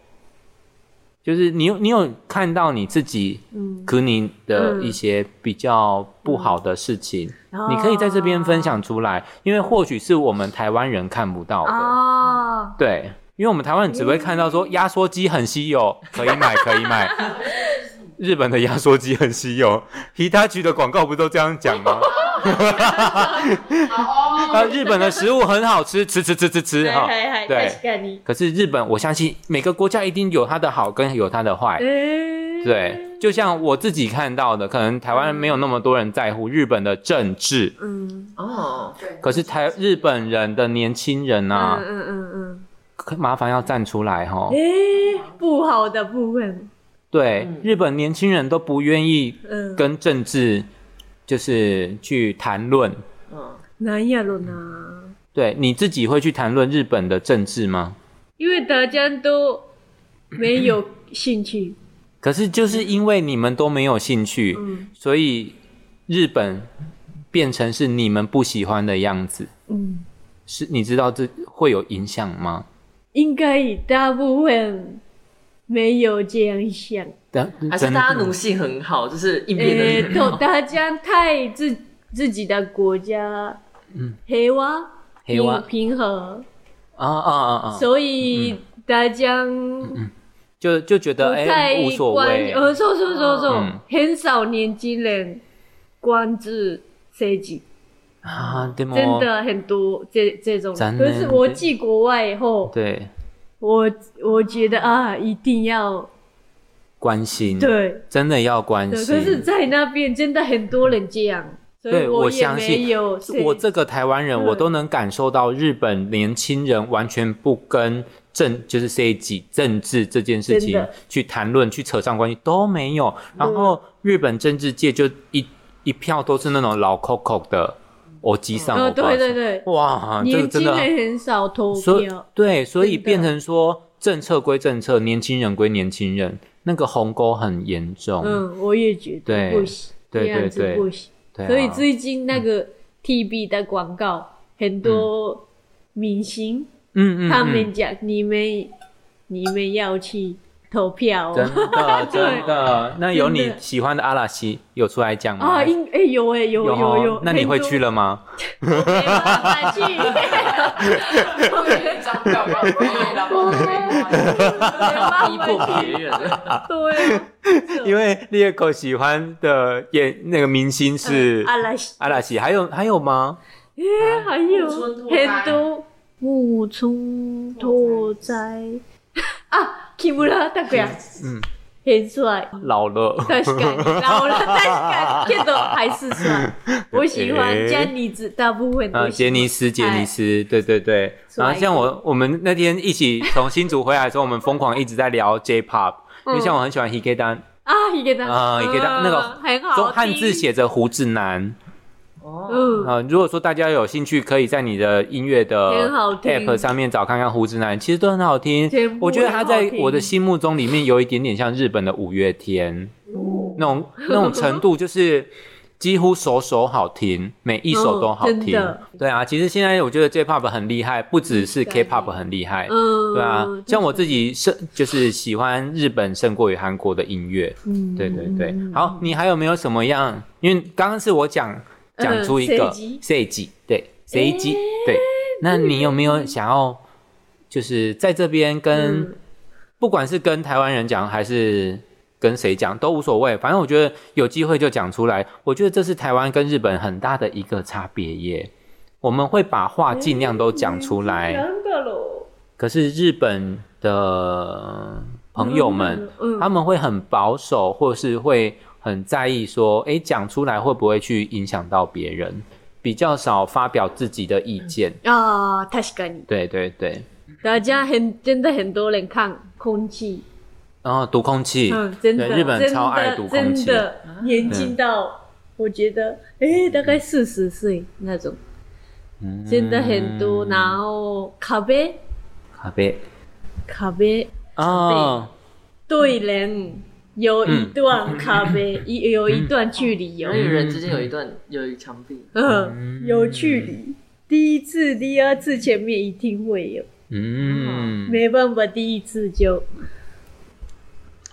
[SPEAKER 2] 就是你有你有看到你自己
[SPEAKER 3] 嗯，
[SPEAKER 2] 可你的
[SPEAKER 3] 嗯
[SPEAKER 2] 一些比较不好的事情，
[SPEAKER 3] 哦
[SPEAKER 2] 你可以在这边分享出来，因为或许是我们台湾人看不到的。
[SPEAKER 3] 啊，
[SPEAKER 2] 对，因为我们台湾人只会看到说压缩机很稀有，可以买，可以买。日本的压缩机很稀有，Hitachi 的广告不都这样讲吗？
[SPEAKER 4] 好哦，
[SPEAKER 2] 啊，日本的食物很好吃，吃吃吃吃吃哈。
[SPEAKER 3] 嗨
[SPEAKER 2] 对
[SPEAKER 3] 確かに。
[SPEAKER 2] 可是日本，我相信每个国家一定有它的好跟有它的坏。
[SPEAKER 3] 哎，
[SPEAKER 2] 对，就像我自己看到的，可能台湾没有那么多人在乎日本的政治，
[SPEAKER 3] 嗯，
[SPEAKER 1] 哦，
[SPEAKER 4] 对
[SPEAKER 2] 可是台日本人的年轻人啊
[SPEAKER 3] 嗯，嗯嗯嗯
[SPEAKER 2] 可麻烦要站出来哈、
[SPEAKER 3] 嗯，哎、不好的部分，
[SPEAKER 2] 对，
[SPEAKER 1] 嗯
[SPEAKER 2] 日本年轻人都不愿意
[SPEAKER 3] 嗯，
[SPEAKER 2] 跟政治就是去谈论。
[SPEAKER 1] 嗯，
[SPEAKER 3] なんやろな，
[SPEAKER 2] 对，你自己会去谈论日本的政治吗？
[SPEAKER 3] 因为大家都没有兴趣，
[SPEAKER 2] 可是就是因为你们都没有兴趣，
[SPEAKER 3] 嗯
[SPEAKER 2] 所以日本变成是你们不喜欢的样子。
[SPEAKER 3] 嗯，
[SPEAKER 2] 是你知道这会有影响吗？
[SPEAKER 3] 应该大部分没有这样想，
[SPEAKER 2] 但
[SPEAKER 1] 还是大家奴
[SPEAKER 2] 真
[SPEAKER 1] 性很好，就是一边的
[SPEAKER 3] 哎、
[SPEAKER 1] 人
[SPEAKER 3] 都大家太自自己的国家，嗯，平和，
[SPEAKER 2] 平和
[SPEAKER 3] 平平和，
[SPEAKER 2] 啊啊啊啊！
[SPEAKER 3] 所以大家。
[SPEAKER 2] 就就觉得
[SPEAKER 3] 不
[SPEAKER 2] 哎、
[SPEAKER 3] 太
[SPEAKER 2] 无所谓。
[SPEAKER 3] 呃，そうそうそうそう、
[SPEAKER 2] 嗯
[SPEAKER 3] 很少年轻人关注设计，
[SPEAKER 2] 啊，でも
[SPEAKER 3] 真的很多这这种。
[SPEAKER 2] 残
[SPEAKER 3] 可
[SPEAKER 2] 念
[SPEAKER 3] 是我去国外以后，
[SPEAKER 2] 对
[SPEAKER 3] 我我觉得啊，一定要
[SPEAKER 2] 嗯关心，
[SPEAKER 3] 对
[SPEAKER 2] 真的要关
[SPEAKER 3] 对。可是，
[SPEAKER 2] 心。
[SPEAKER 3] 在那边真的很多人这样，所以
[SPEAKER 2] 对我
[SPEAKER 3] 也
[SPEAKER 2] 相信
[SPEAKER 3] 没有设计。
[SPEAKER 2] 我这个台湾人，
[SPEAKER 3] 对嗯
[SPEAKER 2] 我都能感受到日本年轻人完全不跟政就是 C 级政治这件事
[SPEAKER 3] 真
[SPEAKER 2] 情
[SPEAKER 3] 的嗯
[SPEAKER 2] 去谈论、去扯上关系都没有。然后日本政治界就一一票都是那种老 Coco 的，我机上
[SPEAKER 3] 呃，
[SPEAKER 2] 我
[SPEAKER 3] 对对对，
[SPEAKER 2] 哇，啊这个
[SPEAKER 3] 年
[SPEAKER 2] 真
[SPEAKER 3] 轻
[SPEAKER 2] 的
[SPEAKER 3] 人很少投
[SPEAKER 2] 所以
[SPEAKER 3] 票。
[SPEAKER 2] 对，所以
[SPEAKER 3] 真的
[SPEAKER 2] 变成说政策归政策，年轻人归年轻人，那个鸿沟很严重。
[SPEAKER 3] 嗯，我也觉
[SPEAKER 2] 对
[SPEAKER 3] 得不行，
[SPEAKER 2] 对
[SPEAKER 3] 这样
[SPEAKER 2] 对
[SPEAKER 3] 子
[SPEAKER 2] 对
[SPEAKER 3] 不行。
[SPEAKER 2] 对啊、嗯
[SPEAKER 3] 所以最近那个 TB 的广告，很多明星、
[SPEAKER 2] 嗯嗯嗯，
[SPEAKER 3] 他们讲你们你们要去投票哦、
[SPEAKER 2] 真的真
[SPEAKER 3] *laughs*
[SPEAKER 2] 的，那有
[SPEAKER 3] 真
[SPEAKER 2] 你
[SPEAKER 3] 的
[SPEAKER 2] 喜欢的阿拉西有出来讲吗？
[SPEAKER 3] 啊，应哎、有哎、有
[SPEAKER 2] 有
[SPEAKER 3] 有
[SPEAKER 2] 哦
[SPEAKER 3] 有，
[SPEAKER 2] 那你会去
[SPEAKER 3] 了？
[SPEAKER 2] 了吗？
[SPEAKER 3] *laughs* 没办法
[SPEAKER 2] *laughs*
[SPEAKER 3] 去，
[SPEAKER 4] 一张票要对然后
[SPEAKER 1] 逼
[SPEAKER 3] 没办
[SPEAKER 1] 迫
[SPEAKER 3] 法
[SPEAKER 1] 别
[SPEAKER 3] 去，
[SPEAKER 1] 人，
[SPEAKER 3] 对啊，
[SPEAKER 2] 因为猎狗喜欢的演那个明星是
[SPEAKER 3] 阿拉西，
[SPEAKER 2] 阿拉西，还有还有吗？
[SPEAKER 3] 哎还
[SPEAKER 4] 木村
[SPEAKER 3] 有
[SPEAKER 4] 拓哉
[SPEAKER 3] 很多木村拓哉啊，木村拓哉，
[SPEAKER 2] 嗯，
[SPEAKER 3] 很帅。
[SPEAKER 2] 老了，
[SPEAKER 3] 確かに老了，確かにけど还是帅。我喜欢
[SPEAKER 2] 诶
[SPEAKER 3] 詹妮子，大部分都喜
[SPEAKER 2] 啊，
[SPEAKER 3] 欢
[SPEAKER 2] 杰尼斯，杰尼斯，对对对。
[SPEAKER 3] 出来
[SPEAKER 2] 然后像我，我们那天一起从新竹回来的时候，我们疯狂一直在聊 J-pop，因为像我很喜欢 Hikdan，
[SPEAKER 3] 啊，一个单
[SPEAKER 2] 啊一个单那个
[SPEAKER 3] 很好
[SPEAKER 2] 中
[SPEAKER 3] 听，
[SPEAKER 2] 汉字写着胡志南
[SPEAKER 1] 哦，
[SPEAKER 3] 嗯，
[SPEAKER 2] 啊、如果说大家有兴趣，可以在你的音乐的
[SPEAKER 3] 很好听
[SPEAKER 2] App 上面找看看胡志南，其实都很好听
[SPEAKER 3] 全部。
[SPEAKER 2] 我觉得他
[SPEAKER 3] 很
[SPEAKER 2] 在
[SPEAKER 3] 好听
[SPEAKER 2] 我的心目中里面有一点点像日本的五月天，
[SPEAKER 3] 哦
[SPEAKER 2] 那种那种程度，就是几乎首首好听，每一首都好
[SPEAKER 3] 嗯真
[SPEAKER 2] 听。
[SPEAKER 3] 的
[SPEAKER 2] 对啊，其实现在我觉得 J-pop 很厉害，不只是
[SPEAKER 3] 应该
[SPEAKER 2] K-pop 很厉害。
[SPEAKER 3] 嗯，
[SPEAKER 2] 对啊，像我自己胜就是喜欢日本胜过于韩国的音乐，
[SPEAKER 3] 嗯，
[SPEAKER 2] 对对对，好，你还有没有什么样？因为刚刚是我讲讲出一个
[SPEAKER 3] 呃嗯谁集
[SPEAKER 2] 谁集，对谁集，对，那你有没有想要就是在这边跟、
[SPEAKER 3] 嗯
[SPEAKER 2] 不管是跟台湾人讲还是跟谁讲都无所谓，反正我觉得有机会就讲出来。我觉得这是台湾跟日本很大的一个差别耶，我们会把话尽量都讲出来，
[SPEAKER 3] なんだろ
[SPEAKER 2] 可是日本的朋友们
[SPEAKER 3] 嗯
[SPEAKER 2] 他们会很保守，或是会很在意说，诶，讲出来会不会去影响到别人，比较少发表自己的意见。
[SPEAKER 3] うああ確かに。
[SPEAKER 2] 对对对，
[SPEAKER 3] 大家很真的很多人看空气，
[SPEAKER 2] 然后读空气，
[SPEAKER 3] 嗯，真的，
[SPEAKER 2] 对日本
[SPEAKER 3] 真的
[SPEAKER 2] 超爱读空气嗯
[SPEAKER 3] 真的年轻到我觉得，诶，大概四十岁那种，
[SPEAKER 2] 嗯
[SPEAKER 3] 真的很多。然后咖啡，
[SPEAKER 2] 咖啡
[SPEAKER 3] 咖啡
[SPEAKER 2] 哦，
[SPEAKER 3] 对人有一段咖啡，
[SPEAKER 2] 嗯
[SPEAKER 3] 一有一段距离有，
[SPEAKER 1] 人与人之间有一段有一墙壁，
[SPEAKER 3] 嗯，有距离。第一次、第二次前面一定会有，
[SPEAKER 2] 嗯，
[SPEAKER 3] 没办法，第一次就，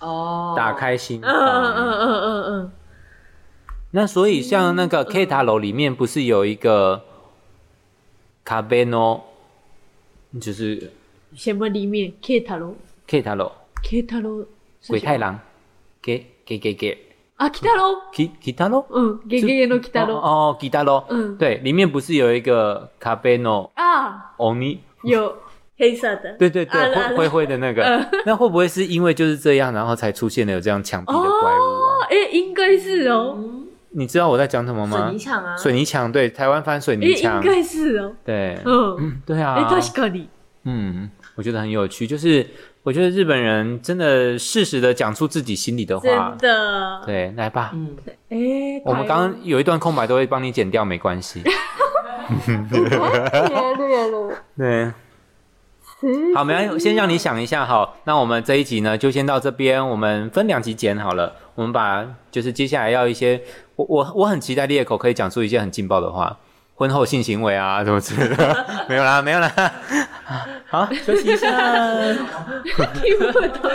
[SPEAKER 1] 哦，
[SPEAKER 2] 打开心
[SPEAKER 3] 嗯嗯嗯
[SPEAKER 2] 房。
[SPEAKER 3] 嗯嗯嗯，
[SPEAKER 2] 那所以像那个 K 塔楼里面不是有一个咖啡诺，就是
[SPEAKER 3] 什么里面？K 太郎
[SPEAKER 2] K 塔楼
[SPEAKER 3] ，K 太郎，
[SPEAKER 2] 鬼太郎，给给给给
[SPEAKER 3] 啊，K 太郎，
[SPEAKER 2] K K 塔楼。
[SPEAKER 3] 嗯，K K の K 太郎。
[SPEAKER 2] 哦，吉他喽，
[SPEAKER 3] 嗯
[SPEAKER 2] 对，里面不是有一个咖啡诺
[SPEAKER 3] 啊，
[SPEAKER 2] 欧尼，
[SPEAKER 3] 有黑色的，
[SPEAKER 2] 对对
[SPEAKER 3] 啊
[SPEAKER 2] 对，
[SPEAKER 3] 啊
[SPEAKER 2] 灰灰灰的那个，那会不会是因为就是这样，然后才出现了有这样墙壁的怪物
[SPEAKER 3] 哦
[SPEAKER 2] 啊？，
[SPEAKER 3] 哎，应该是
[SPEAKER 2] 嗯
[SPEAKER 3] 哦，
[SPEAKER 2] 你知道我在讲什么吗？
[SPEAKER 1] 水泥墙啊，
[SPEAKER 2] 水泥墙，对，台湾翻水
[SPEAKER 3] 哎，
[SPEAKER 2] 泥
[SPEAKER 3] 应
[SPEAKER 2] 墙，
[SPEAKER 3] 该是哦，
[SPEAKER 2] 对，
[SPEAKER 3] 嗯，
[SPEAKER 2] 嗯，对啊
[SPEAKER 3] 哎，，確かに，
[SPEAKER 2] 嗯，我觉得很有趣，就是我觉得日本人真的适时的讲出自己心里的话
[SPEAKER 3] 真，的，
[SPEAKER 2] 对，来吧，
[SPEAKER 1] 嗯，
[SPEAKER 3] 哎，
[SPEAKER 2] 我们刚刚有一段空白都会帮你剪掉，没关系，
[SPEAKER 3] 台湾略了，嗯
[SPEAKER 2] 对。好，没关系，先让你想一下。好，那我们这一集呢，就先到这边，我们分两集剪好了。我们把就是接下来要一些，我我我很期待裂口可以讲出一些很劲爆的话，婚后性行为啊什么之类的。 *laughs* 没有啦，没有啦。好，休息一下。
[SPEAKER 3] 听不懂。